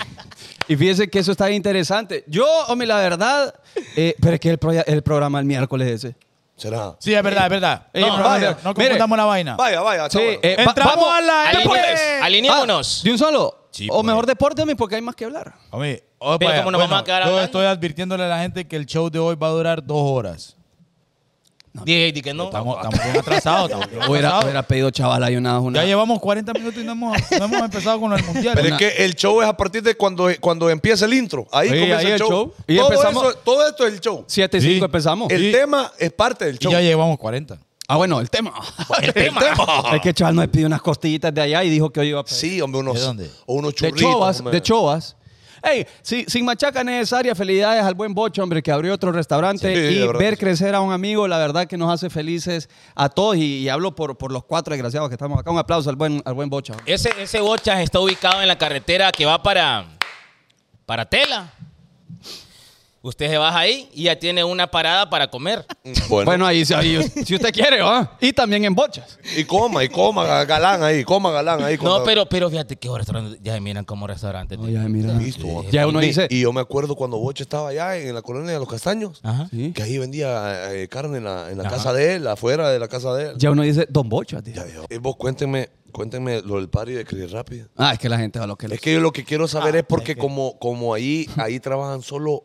[SPEAKER 1] y fíjense que eso está interesante. Yo, hombre, la verdad, eh, pero es que el, proya- el programa el miércoles ese.
[SPEAKER 3] Será.
[SPEAKER 5] Sí, es verdad, es verdad.
[SPEAKER 1] Ey,
[SPEAKER 5] no, no,
[SPEAKER 1] vaya,
[SPEAKER 5] no, no
[SPEAKER 1] mire.
[SPEAKER 5] confundamos la vaina.
[SPEAKER 3] Vaya,
[SPEAKER 2] Ah,
[SPEAKER 3] vaya,
[SPEAKER 1] Sí,
[SPEAKER 3] chaval.
[SPEAKER 1] eh, va-
[SPEAKER 5] Entramos a la-
[SPEAKER 2] Aline-
[SPEAKER 5] ¡Deportes!
[SPEAKER 2] Alineémonos.
[SPEAKER 1] Ah, de un solo.
[SPEAKER 5] Sí,
[SPEAKER 1] o
[SPEAKER 5] pues.
[SPEAKER 1] mejor deporte, hombre, porque hay más que hablar.
[SPEAKER 5] Homie, opa,
[SPEAKER 2] Pero ¿cómo
[SPEAKER 5] bueno,
[SPEAKER 2] nos vamos a quedar
[SPEAKER 5] yo
[SPEAKER 2] hablando?
[SPEAKER 5] estoy advirtiéndole a la gente que el show de hoy va a durar dos horas.
[SPEAKER 2] Dije, di que no.
[SPEAKER 5] Estamos, estamos bien atrasados. estamos bien
[SPEAKER 1] Hubiera,
[SPEAKER 5] atrasados.
[SPEAKER 1] hubiera pedido chaval ahí una, una-
[SPEAKER 5] pues, ah. Ya llevamos 40 minutos y no hemos, no hemos empezado con el mundial.
[SPEAKER 3] Pero es que el show es a partir de cuando, cuando empieza el intro. Ahí
[SPEAKER 1] Sí,
[SPEAKER 3] comienza
[SPEAKER 1] ahí
[SPEAKER 3] el
[SPEAKER 1] el
[SPEAKER 3] show.
[SPEAKER 1] show. Y
[SPEAKER 3] todo,
[SPEAKER 1] empezamos-
[SPEAKER 3] eso- todo esto es el show.
[SPEAKER 1] Siete y
[SPEAKER 5] Sí.
[SPEAKER 1] cinco empezamos.
[SPEAKER 3] El tema es parte del
[SPEAKER 5] y
[SPEAKER 3] show.
[SPEAKER 5] ya llevamos 40.
[SPEAKER 1] Ah, bueno, el tema.
[SPEAKER 2] El tema.
[SPEAKER 1] Es que chaval nos pidió unas costillitas de allá y dijo que hoy iba a pedir.
[SPEAKER 3] Sí, hombre,
[SPEAKER 5] ¿De
[SPEAKER 3] unos,
[SPEAKER 5] dónde?
[SPEAKER 3] o unos
[SPEAKER 1] de
[SPEAKER 3] churritos.
[SPEAKER 1] Chovas,
[SPEAKER 3] hombre.
[SPEAKER 1] de Chovas. Ey, sí, sin machaca necesaria, felicidades al buen Bocho, hombre, que abrió otro restaurante
[SPEAKER 3] Sí, sí,
[SPEAKER 1] y
[SPEAKER 3] la verdad
[SPEAKER 1] ver
[SPEAKER 3] que sí.
[SPEAKER 1] crecer a un amigo, la verdad que nos hace felices a todos y, y hablo por, por los cuatro desgraciados que estamos acá. Un aplauso al buen, al buen Bocho.
[SPEAKER 2] Ese, ese Bochas está ubicado en la carretera que va para, para Tela. Usted se baja ahí y ya tiene una parada para comer.
[SPEAKER 3] Mm, Bueno,
[SPEAKER 1] Bueno, ahí, sí, ahí, si usted quiere, ¿va? Y también en Bochas.
[SPEAKER 3] y coma, y coma, ga- galán ahí, coma, galán ahí.
[SPEAKER 2] No,
[SPEAKER 3] cuando-
[SPEAKER 2] pero, pero fíjate que restaurante ya se miran como restaurante.
[SPEAKER 1] mira.
[SPEAKER 3] Listo, va.
[SPEAKER 1] Ya uno dice-
[SPEAKER 3] Y yo me acuerdo cuando Boche estaba allá en la colonia de los castaños,
[SPEAKER 2] Ajá.
[SPEAKER 1] Ah, Sí.
[SPEAKER 3] que ahí vendía eh, carne en la, en la casa de él, afuera de la casa de él.
[SPEAKER 1] Ya uno dice, Don Bochas. tío.
[SPEAKER 3] Ya, ya. Eh, vos cuéntenme, cuéntenme lo del party de Cris Rápido.
[SPEAKER 1] Ah, es que la gente va a lo que le...
[SPEAKER 3] Es que yo lo que quiero saber
[SPEAKER 5] Ah,
[SPEAKER 3] es porque como, como ahí, ahí trabajan solo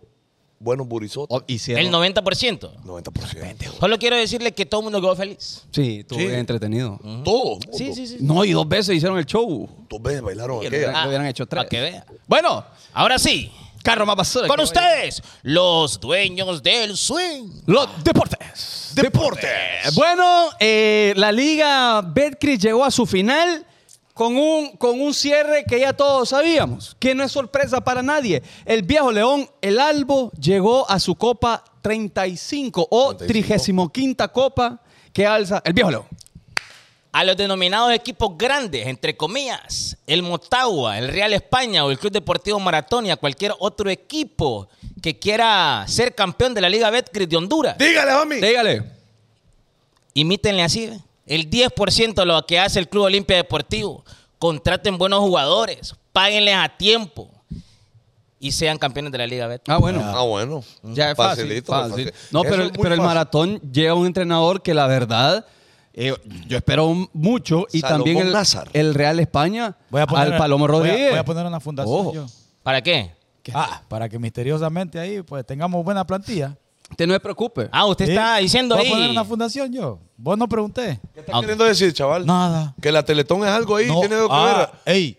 [SPEAKER 3] buenos burizotes.
[SPEAKER 1] Oh, y si
[SPEAKER 2] El 90%.
[SPEAKER 3] 90%.
[SPEAKER 2] Solo quiero decirle que todo el mundo quedó feliz.
[SPEAKER 1] Sí, tú
[SPEAKER 3] Sí.
[SPEAKER 1] entretenido.
[SPEAKER 3] Todos.
[SPEAKER 2] Sí, sí, sí.
[SPEAKER 1] No, y dos veces hicieron el show.
[SPEAKER 3] Dos veces bailaron
[SPEAKER 1] Lo
[SPEAKER 3] aquella.
[SPEAKER 2] Ah,
[SPEAKER 1] hubieran hecho tres.
[SPEAKER 2] pa' que vea.
[SPEAKER 1] Bueno,
[SPEAKER 2] Ahora sí,
[SPEAKER 1] carro más basura.
[SPEAKER 2] con
[SPEAKER 1] que vaya.
[SPEAKER 2] ustedes, los dueños del swing.
[SPEAKER 1] Los deportes. Deportes. Bueno, eh, la liga Betcris llegó a su final con un, con un cierre que ya todos sabíamos, que no es sorpresa para nadie. El viejo León, el Albo, llegó a su copa 35 o 35 copa que alza el viejo León.
[SPEAKER 2] A los denominados equipos grandes, entre comillas, el Motagua, el Real España o el Club Deportivo Maratonia, cualquier otro equipo que quiera ser campeón de la Liga Betcris de Honduras,
[SPEAKER 3] Dígale, homie.
[SPEAKER 1] Dígale.
[SPEAKER 2] imítenle así. ¿ve? El 10% de lo que hace el Club Olimpia Deportivo. Contraten buenos jugadores, páguenles a tiempo y sean campeones de la Liga Betcris.
[SPEAKER 1] Ah, bueno.
[SPEAKER 3] Ah, bueno.
[SPEAKER 1] Ya es fácil.
[SPEAKER 3] Facilito,
[SPEAKER 1] fácil.
[SPEAKER 3] fácil.
[SPEAKER 1] No,
[SPEAKER 3] Eso
[SPEAKER 1] pero,
[SPEAKER 3] es
[SPEAKER 1] el-
[SPEAKER 3] muy
[SPEAKER 1] pero el
[SPEAKER 3] fácil.
[SPEAKER 1] maratón lleva un entrenador que la verdad eh, yo espero un- mucho y
[SPEAKER 3] Salomón
[SPEAKER 1] también el,
[SPEAKER 3] Nazar.
[SPEAKER 1] el Real España
[SPEAKER 5] Voy a poner-
[SPEAKER 1] al Palomo
[SPEAKER 5] voy a-
[SPEAKER 1] Rodríguez.
[SPEAKER 5] voy a poner una fundación
[SPEAKER 1] Ojo.
[SPEAKER 5] yo.
[SPEAKER 2] ¿Para qué?
[SPEAKER 5] Ah, para que misteriosamente ahí pues tengamos buena plantilla.
[SPEAKER 1] Te no te preocupes.
[SPEAKER 2] Ah, usted
[SPEAKER 5] Sí.
[SPEAKER 2] está diciendo
[SPEAKER 5] Voy
[SPEAKER 2] ahí.
[SPEAKER 5] a poner una fundación yo. Vos no pregunté.
[SPEAKER 3] ¿Qué estás
[SPEAKER 2] Ah, ok.
[SPEAKER 3] queriendo decir, chaval?
[SPEAKER 5] Nada.
[SPEAKER 3] Que la Teletón es algo ahí,
[SPEAKER 5] No,
[SPEAKER 3] tiene algo que
[SPEAKER 5] ah,
[SPEAKER 3] ver.
[SPEAKER 5] Ey,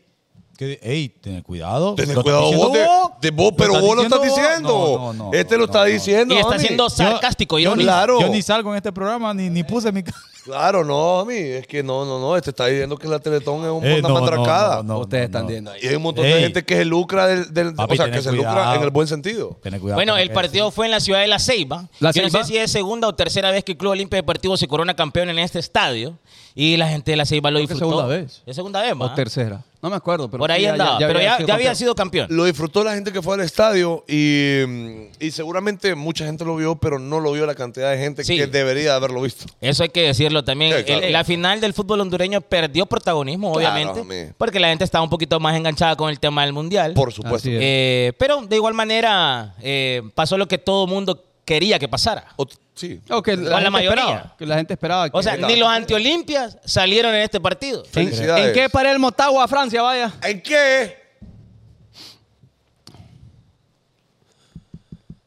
[SPEAKER 5] que- ey, ten cuidado.
[SPEAKER 3] Tenés
[SPEAKER 5] Lo estás
[SPEAKER 3] cuidado
[SPEAKER 5] diciendo
[SPEAKER 3] vos, de, de vos, pero
[SPEAKER 5] estás
[SPEAKER 3] vos lo estás
[SPEAKER 5] diciendo vos.
[SPEAKER 3] diciendo.
[SPEAKER 5] No, no, no,
[SPEAKER 3] este
[SPEAKER 5] no,
[SPEAKER 3] lo está
[SPEAKER 5] no, no.
[SPEAKER 3] diciendo.
[SPEAKER 2] y está
[SPEAKER 3] homie.
[SPEAKER 2] siendo sarcástico,
[SPEAKER 5] yo, ni-
[SPEAKER 2] irónico.
[SPEAKER 3] Claro.
[SPEAKER 5] yo ni salgo en este programa ni, ni puse mi.
[SPEAKER 3] Claro, no, mami. Es que no, no, no. Este está diciendo que la Teletón es un-
[SPEAKER 5] Eh,
[SPEAKER 3] una
[SPEAKER 5] no, no,
[SPEAKER 3] matracada.
[SPEAKER 5] no, no,
[SPEAKER 1] Ustedes
[SPEAKER 5] no,
[SPEAKER 1] están
[SPEAKER 5] no.
[SPEAKER 1] viendo ahí.
[SPEAKER 3] Y hay un montón de
[SPEAKER 5] Ey.
[SPEAKER 3] gente que se lucra del. del-
[SPEAKER 5] Papi,
[SPEAKER 3] o sea, que
[SPEAKER 5] tenés
[SPEAKER 3] se lucra
[SPEAKER 5] cuidado.
[SPEAKER 3] en el buen sentido.
[SPEAKER 5] Ten cuidado.
[SPEAKER 2] Bueno,
[SPEAKER 5] con lo
[SPEAKER 2] el
[SPEAKER 5] que
[SPEAKER 2] partido fue en la ciudad de La Ceiba.
[SPEAKER 1] ¿La
[SPEAKER 2] Yo no
[SPEAKER 1] Ceiba?
[SPEAKER 2] sé si es segunda o tercera vez que el Club Olimpia Deportivo se corona campeón en este estadio. Y la gente de La Ceiba lo
[SPEAKER 1] Creo que
[SPEAKER 2] disfrutó.
[SPEAKER 1] segunda vez.
[SPEAKER 2] Es segunda vez,
[SPEAKER 1] O
[SPEAKER 2] ma.
[SPEAKER 1] tercera. No me acuerdo, pero
[SPEAKER 2] Por ahí
[SPEAKER 1] sí, ya-
[SPEAKER 2] andaba.
[SPEAKER 1] ya
[SPEAKER 2] pero ya, ya había
[SPEAKER 1] campeón.
[SPEAKER 2] sido campeón.
[SPEAKER 3] Lo disfrutó la gente que fue al estadio y, mm, y seguramente mucha gente lo vio, pero no lo vio la cantidad de gente
[SPEAKER 2] Sí.
[SPEAKER 3] que debería haberlo visto.
[SPEAKER 2] Eso hay que decirlo también.
[SPEAKER 3] Sí, claro.
[SPEAKER 2] El- la final del fútbol hondureño perdió protagonismo,
[SPEAKER 3] Claro,
[SPEAKER 2] obviamente.
[SPEAKER 3] homie.
[SPEAKER 2] porque la gente estaba un poquito más enganchada con el tema del mundial.
[SPEAKER 3] Por supuesto.
[SPEAKER 1] Así es.
[SPEAKER 2] Eh, pero de igual manera eh, pasó lo que todo mundo quería que pasara.
[SPEAKER 3] O- sí.
[SPEAKER 1] O que
[SPEAKER 2] la
[SPEAKER 1] la, gente
[SPEAKER 2] mayoría.
[SPEAKER 1] esperaba. Que la gente esperaba.
[SPEAKER 2] O
[SPEAKER 1] que-
[SPEAKER 2] sea, ni los antiolimpias salieron en este partido.
[SPEAKER 1] ¿En,
[SPEAKER 3] Felicidades.
[SPEAKER 1] en qué paré el Motagua a Francia, vaya?
[SPEAKER 3] ¿En qué?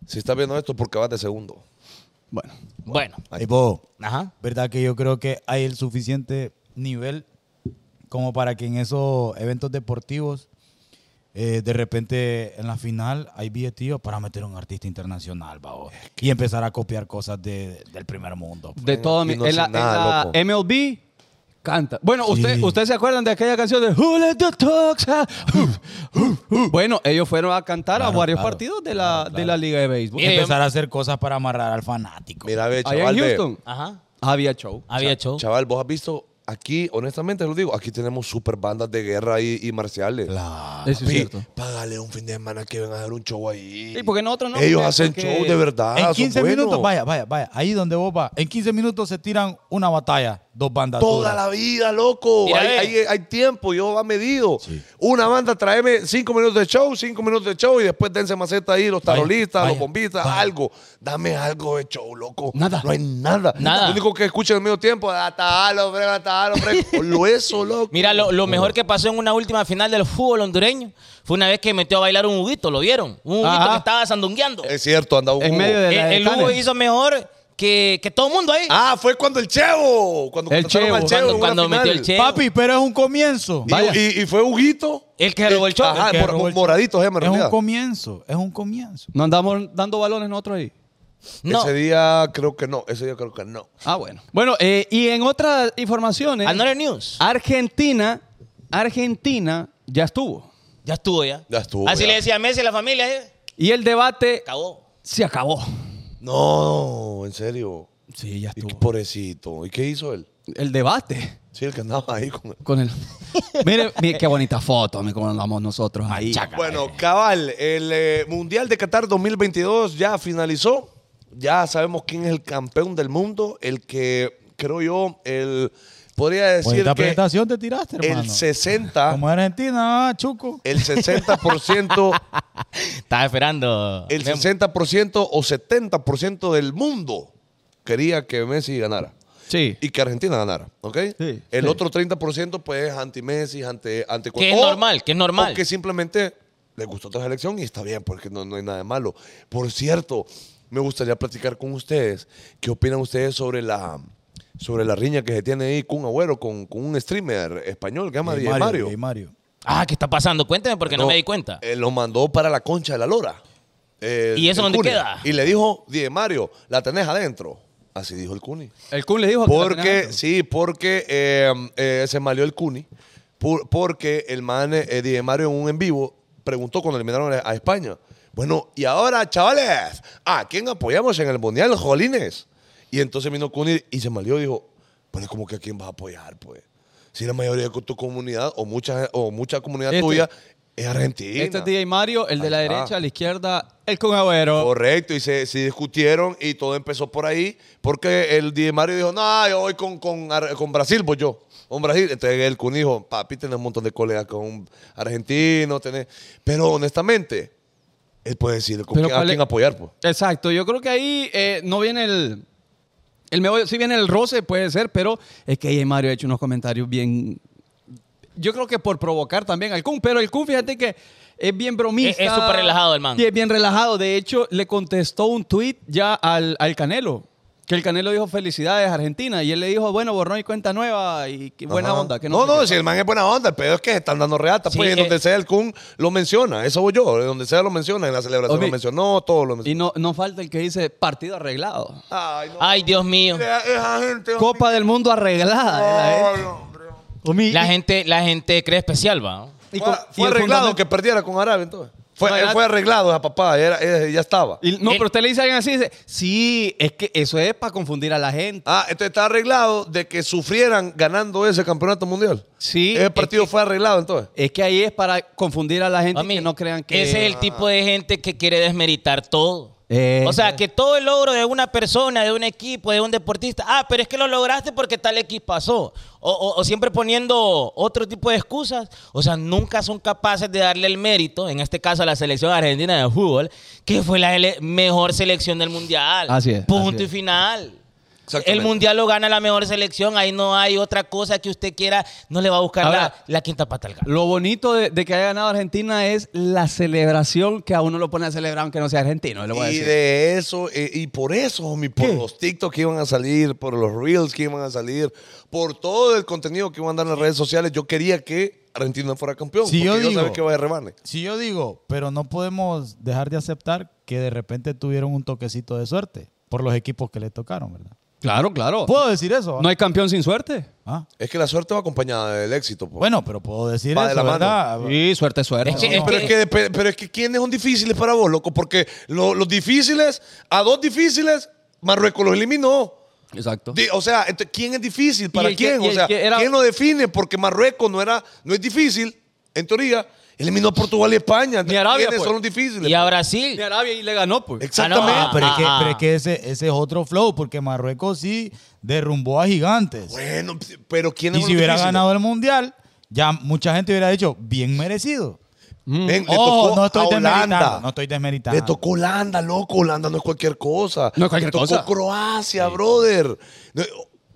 [SPEAKER 3] Si estás viendo esto, porque vas de segundo.
[SPEAKER 1] Bueno.
[SPEAKER 2] Bueno,
[SPEAKER 5] sea. Ey, vos,
[SPEAKER 2] ajá.
[SPEAKER 5] ¿verdad que yo creo que hay el suficiente nivel como para que en esos eventos deportivos eh, de repente en la final hay billetillos para meter un artista internacional, babo. Y empezar a copiar cosas de- del primer mundo. pues.
[SPEAKER 1] De todo. mi-
[SPEAKER 3] no
[SPEAKER 1] en la,
[SPEAKER 3] hacen nada,
[SPEAKER 1] en la MLB canta. Bueno, usted- ¿ustedes se acuerdan de aquella canción de Who Let the Dogs Out? Who, who, who? Bueno, ellos fueron a cantar a
[SPEAKER 5] Claro,
[SPEAKER 1] varios
[SPEAKER 5] claro,
[SPEAKER 1] partidos de la,
[SPEAKER 5] claro,
[SPEAKER 1] de
[SPEAKER 5] claro.
[SPEAKER 1] la Liga de Béisbol.
[SPEAKER 5] Y empezar a hacer cosas para amarrar al fanático.
[SPEAKER 3] Eh, Mira, ve,
[SPEAKER 1] Allá en
[SPEAKER 3] chaval, ve.
[SPEAKER 1] Houston
[SPEAKER 2] Ajá.
[SPEAKER 1] había show.
[SPEAKER 2] Había hecho.
[SPEAKER 3] Chaval, vos has visto aquí, honestamente lo digo, aquí tenemos super bandas de guerra y, y marciales.
[SPEAKER 5] Claro.
[SPEAKER 1] Eso es
[SPEAKER 3] Pi,
[SPEAKER 1] cierto.
[SPEAKER 3] Págale un fin de semana que vengan a dar un show ahí.
[SPEAKER 1] ¿Y por qué nosotros no?
[SPEAKER 3] Ellos
[SPEAKER 1] Porque-
[SPEAKER 3] hacen
[SPEAKER 1] porque-
[SPEAKER 3] show de verdad.
[SPEAKER 5] en
[SPEAKER 3] son
[SPEAKER 5] 15
[SPEAKER 3] buenos.
[SPEAKER 5] minutos, vaya, vaya, vaya. Ahí donde vos vas. En 15 minutos se tiran una batalla, dos bandas.
[SPEAKER 3] Toda
[SPEAKER 5] duras.
[SPEAKER 3] la vida, loco.
[SPEAKER 2] Mira, eh.
[SPEAKER 3] hay,
[SPEAKER 2] ve.
[SPEAKER 3] hay- hay tiempo, yo va medido. Una banda, tráeme cinco minutos de show, cinco minutos de show y después dense maceta ahí, los
[SPEAKER 5] Vaya,
[SPEAKER 3] tarolistas,
[SPEAKER 5] vaya,
[SPEAKER 3] los bombistas,
[SPEAKER 5] vaya.
[SPEAKER 3] algo. Dame algo de show, loco.
[SPEAKER 1] Nada.
[SPEAKER 3] No hay nada.
[SPEAKER 2] Nada.
[SPEAKER 3] Lo único que escuchan en el medio tiempo, atalo, brega, atalo, brega. Lo eso, loco.
[SPEAKER 2] Mira, lo, lo mejor que pasó en una última final del fútbol hondureño fue una vez que metió a bailar un juguito, ¿lo vieron? Un juguito
[SPEAKER 1] Ajá.
[SPEAKER 2] que estaba sandungueando.
[SPEAKER 3] Es cierto, andaba un
[SPEAKER 1] En
[SPEAKER 3] jugo.
[SPEAKER 1] medio de-
[SPEAKER 2] el,
[SPEAKER 1] la
[SPEAKER 2] el Hugo
[SPEAKER 1] Canes.
[SPEAKER 2] hizo mejor que, que todo el mundo ahí.
[SPEAKER 3] Ah, fue cuando el Chevo. Cuando
[SPEAKER 1] El
[SPEAKER 3] contrataron
[SPEAKER 1] Chevo.
[SPEAKER 3] al en
[SPEAKER 2] cuando
[SPEAKER 3] una
[SPEAKER 2] cuando metió
[SPEAKER 3] final.
[SPEAKER 2] el Che.
[SPEAKER 5] Papi, pero es un comienzo.
[SPEAKER 3] Y- Y, y fue Huguito.
[SPEAKER 2] El que robó el show.
[SPEAKER 3] Ajá,
[SPEAKER 5] Que
[SPEAKER 3] mor-
[SPEAKER 5] robó el-
[SPEAKER 3] moradito, eh, me
[SPEAKER 5] Es
[SPEAKER 3] refiero.
[SPEAKER 5] un comienzo, es un comienzo.
[SPEAKER 1] No andamos dando balones nosotros ahí.
[SPEAKER 2] No.
[SPEAKER 3] Ese día creo que no. Ese día creo que no.
[SPEAKER 1] Ah, bueno. Bueno, eh, y en otras informaciones,
[SPEAKER 3] Ah,
[SPEAKER 2] Another News.
[SPEAKER 1] Argentina, Argentina ya estuvo.
[SPEAKER 2] Ya estuvo ya.
[SPEAKER 3] Ya estuvo,
[SPEAKER 2] Así
[SPEAKER 3] ya.
[SPEAKER 2] le decía a Messi a la familia. eh,
[SPEAKER 1] Y el debate
[SPEAKER 2] Acabó.
[SPEAKER 1] se acabó.
[SPEAKER 3] No, en serio.
[SPEAKER 1] Sí, ya
[SPEAKER 3] Y qué pobrecito. ¿Y qué hizo él?
[SPEAKER 1] El debate
[SPEAKER 3] Sí, el que andaba ahí con él.
[SPEAKER 1] con el. mire, mire qué bonita foto, mire cómo andamos nosotros ahí.
[SPEAKER 3] Bueno, cabal, el eh, Mundial de Qatar 2022 ya finalizó. Ya sabemos quién es el campeón del mundo. El que, creo yo, el podría decir
[SPEAKER 5] Bonita
[SPEAKER 3] que
[SPEAKER 5] presentación te tiraste, hermano.
[SPEAKER 3] el 60,
[SPEAKER 5] Como Argentina, ah, Chuco.
[SPEAKER 3] el 60%,
[SPEAKER 2] Estaba esperando.
[SPEAKER 3] el
[SPEAKER 2] Memo.
[SPEAKER 3] 60% o 70% del mundo quería que Messi ganara.
[SPEAKER 1] Sí.
[SPEAKER 3] y que Argentina ganara, ¿ok?
[SPEAKER 1] Sí,
[SPEAKER 3] el
[SPEAKER 1] sí.
[SPEAKER 3] otro 30% pues es anti-Messi, anti, anti
[SPEAKER 2] Que es
[SPEAKER 3] o-
[SPEAKER 2] normal, que es normal.
[SPEAKER 3] O que simplemente le gustó otra selección y está bien, porque no, no hay nada de malo. Por cierto, me gustaría platicar con ustedes, ¿qué opinan ustedes sobre la sobre la riña que se tiene ahí con un agüero, con, con un streamer español que se
[SPEAKER 2] Eh,
[SPEAKER 3] llama
[SPEAKER 5] Di
[SPEAKER 3] Diego Mario?
[SPEAKER 5] Di Mario.
[SPEAKER 2] Ah, ¿qué está pasando? Cuénteme porque no,
[SPEAKER 3] No,
[SPEAKER 2] me di cuenta.
[SPEAKER 3] eh, lo mandó para la concha de la lora. eh,
[SPEAKER 2] ¿Y eso
[SPEAKER 3] el
[SPEAKER 2] dónde
[SPEAKER 3] Cuni.
[SPEAKER 2] queda?
[SPEAKER 3] Y le dijo, Diego Mario, la tenés adentro. Así dijo el Cuni.
[SPEAKER 1] El Kun le dijo que la tenía
[SPEAKER 3] Porque,
[SPEAKER 1] dentro.
[SPEAKER 3] sí, porque eh, eh, se malió el Cuni. por- porque el man eh, Di Mario en un en vivo preguntó cuando eliminaron a España. Bueno, y ahora, chavales, ¿a quién apoyamos en el Mundial, Jolines? Y entonces vino Cuni y se malió y dijo, pero es como que a quién vas a apoyar, pues. Si la mayoría de tu comunidad o mucha, o mucha comunidad
[SPEAKER 1] Este-
[SPEAKER 3] tuya es argentina.
[SPEAKER 1] Este es DJ Mario, el de
[SPEAKER 3] Ahí
[SPEAKER 1] la
[SPEAKER 3] está.
[SPEAKER 1] derecha, el izquierda, el Kun Agüero.
[SPEAKER 3] Correcto, y se, se discutieron y todo empezó por ahí, porque el Di Mario dijo, no, yo voy con, con, Ar- con Brasil, voy yo, con Brasil. Entonces el Kun dijo, papi, tenés un montón de colegas con argentinos, tenés... Pero honestamente, él puede decir con
[SPEAKER 1] Pero
[SPEAKER 3] quién- a
[SPEAKER 1] ¿cuál es-
[SPEAKER 3] quién apoyar, pues.
[SPEAKER 1] Exacto, yo creo que ahí eh, no viene el. El meollo, sí viene el roce, puede ser, pero es que ahí Mario ha hecho unos comentarios bien. Yo creo que por provocar también al Kun, pero el Kun, fíjate que es bien bromista.
[SPEAKER 2] Es- es súper relajado el man.
[SPEAKER 1] Y es bien relajado. De hecho, le contestó un tweet ya al, al Canelo. Que el Canelo dijo felicidades Argentina. Y él le dijo, bueno, borrón y cuenta nueva y qué buena
[SPEAKER 3] Ajá.
[SPEAKER 1] onda. Que no,
[SPEAKER 3] no,
[SPEAKER 1] sé
[SPEAKER 3] no,
[SPEAKER 1] qué.
[SPEAKER 3] si el man es buena onda, el pedo es que se están dando reata,
[SPEAKER 2] Sí,
[SPEAKER 3] pues y en
[SPEAKER 2] eh.
[SPEAKER 3] donde sea el Kun lo menciona, eso voy yo, en donde sea lo menciona, en la celebración
[SPEAKER 1] Omi.
[SPEAKER 3] lo mencionó, todo lo
[SPEAKER 1] Y
[SPEAKER 3] mencionó.
[SPEAKER 1] no, no falta el que dice partido arreglado.
[SPEAKER 3] Ay, no,
[SPEAKER 2] Ay, Dios mío.
[SPEAKER 3] mira, esa gente, Omi.
[SPEAKER 1] Copa del Mundo arreglada. eh, la
[SPEAKER 3] Ay, hombre.
[SPEAKER 2] La gente, la gente cree especial, va.
[SPEAKER 1] gente. Y
[SPEAKER 3] fue
[SPEAKER 1] con-
[SPEAKER 3] fue
[SPEAKER 1] y el
[SPEAKER 3] arreglado
[SPEAKER 1] fundamento-
[SPEAKER 3] que perdiera con Arabia entonces. Fue,
[SPEAKER 1] No,
[SPEAKER 3] él
[SPEAKER 1] ya-
[SPEAKER 3] fue arreglado a papá, era- era- ya estaba.
[SPEAKER 1] Y- no,
[SPEAKER 2] El-
[SPEAKER 1] pero usted le dice a alguien así, dice, sí, es que eso es para confundir a la gente.
[SPEAKER 3] Ah, entonces está arreglado de que sufrieran ganando ese campeonato mundial.
[SPEAKER 1] Sí,
[SPEAKER 3] Ese partido
[SPEAKER 1] es que-
[SPEAKER 3] fue arreglado entonces.
[SPEAKER 1] Es que ahí es para confundir a la gente y
[SPEAKER 2] Mami,
[SPEAKER 1] que no crean que...
[SPEAKER 2] Ese es el tipo de gente que quiere desmeritar todo.
[SPEAKER 1] Eh.
[SPEAKER 2] o sea, que todo el logro de una persona, de un equipo, de un deportista, ah, pero es que lo lograste porque tal X pasó. O, o- o siempre poniendo otro tipo de excusas. O sea, nunca son capaces de darle el mérito, en este caso a la selección argentina de fútbol, que fue la ele- mejor selección del mundial.
[SPEAKER 1] Así es,
[SPEAKER 2] Punto
[SPEAKER 1] así es.
[SPEAKER 2] y final.
[SPEAKER 3] Exactamente.
[SPEAKER 2] El mundial lo gana la mejor selección, ahí no hay otra cosa que usted quiera, no le va a buscar
[SPEAKER 1] Ahora,
[SPEAKER 2] la, la quinta pata al gato.
[SPEAKER 1] Lo bonito de, de que haya ganado Argentina es la celebración que a uno lo pone a celebrar aunque no sea argentino, le voy a
[SPEAKER 3] Y
[SPEAKER 1] decir.
[SPEAKER 3] de eso, eh, y por eso, mi, por
[SPEAKER 1] ¿Qué?
[SPEAKER 3] los TikTok que iban a salir, por los Reels que iban a salir, por todo el contenido que iban a dar en las redes sociales, yo quería que Argentina fuera campeón.
[SPEAKER 5] Si
[SPEAKER 3] porque
[SPEAKER 5] yo
[SPEAKER 3] yo
[SPEAKER 5] digo-
[SPEAKER 3] sabía que va a rebane.
[SPEAKER 5] Si yo digo, pero no podemos dejar de aceptar que de repente tuvieron un toquecito de suerte por los equipos que le tocaron, ¿verdad?
[SPEAKER 1] Claro, claro.
[SPEAKER 5] ¿Puedo decir eso?
[SPEAKER 1] Oh. No hay campeón sin suerte.
[SPEAKER 5] Ah,
[SPEAKER 3] Es que la suerte va acompañada del éxito. pues. po.
[SPEAKER 5] Pues Bueno, pero puedo decir
[SPEAKER 3] Va de
[SPEAKER 5] eso,
[SPEAKER 3] la mano.
[SPEAKER 5] ¿verdad? Ah,
[SPEAKER 1] Sí, suerte, suerte.
[SPEAKER 2] Es que-
[SPEAKER 3] pero, es que, pe- pero es que ¿quiénes son difíciles para vos, loco? Porque lo- los difíciles, a dos difíciles, Marruecos los eliminó.
[SPEAKER 1] Exacto.
[SPEAKER 3] Di- o sea, ent- ¿quién es difícil? ¿Para
[SPEAKER 1] el que-
[SPEAKER 3] quién?
[SPEAKER 1] y
[SPEAKER 3] o
[SPEAKER 1] el
[SPEAKER 3] sea,
[SPEAKER 1] que era-
[SPEAKER 3] ¿quién lo define? Porque Marruecos no era, no es difícil, en teoría. Eliminó a Portugal y España.
[SPEAKER 1] Ni Arabia,
[SPEAKER 3] ¿Quiénes
[SPEAKER 1] pues.
[SPEAKER 3] son los difíciles?
[SPEAKER 2] Y a Brasil.
[SPEAKER 1] De Arabia y le ganó, pues.
[SPEAKER 3] Exactamente.
[SPEAKER 2] Ah,
[SPEAKER 5] Ah, pero, es que,
[SPEAKER 2] ah,
[SPEAKER 5] pero es que ese, ese es otro flow, porque Marruecos sí derrumbó a gigantes.
[SPEAKER 3] Bueno, pero ¿quiénes
[SPEAKER 5] Y
[SPEAKER 3] son
[SPEAKER 5] si
[SPEAKER 3] los
[SPEAKER 5] hubiera
[SPEAKER 3] difíciles?
[SPEAKER 5] ganado el mundial, ya mucha gente hubiera dicho, bien merecido.
[SPEAKER 3] Ven, le
[SPEAKER 5] Ojo,
[SPEAKER 3] tocó
[SPEAKER 5] Oh, no estoy
[SPEAKER 3] a Holanda.
[SPEAKER 5] desmeritando. No estoy desmeritando.
[SPEAKER 3] Le tocó Holanda, loco. Holanda no es cualquier cosa.
[SPEAKER 1] No es cualquier
[SPEAKER 3] Le tocó
[SPEAKER 1] cosa.
[SPEAKER 3] Croacia, brother. No,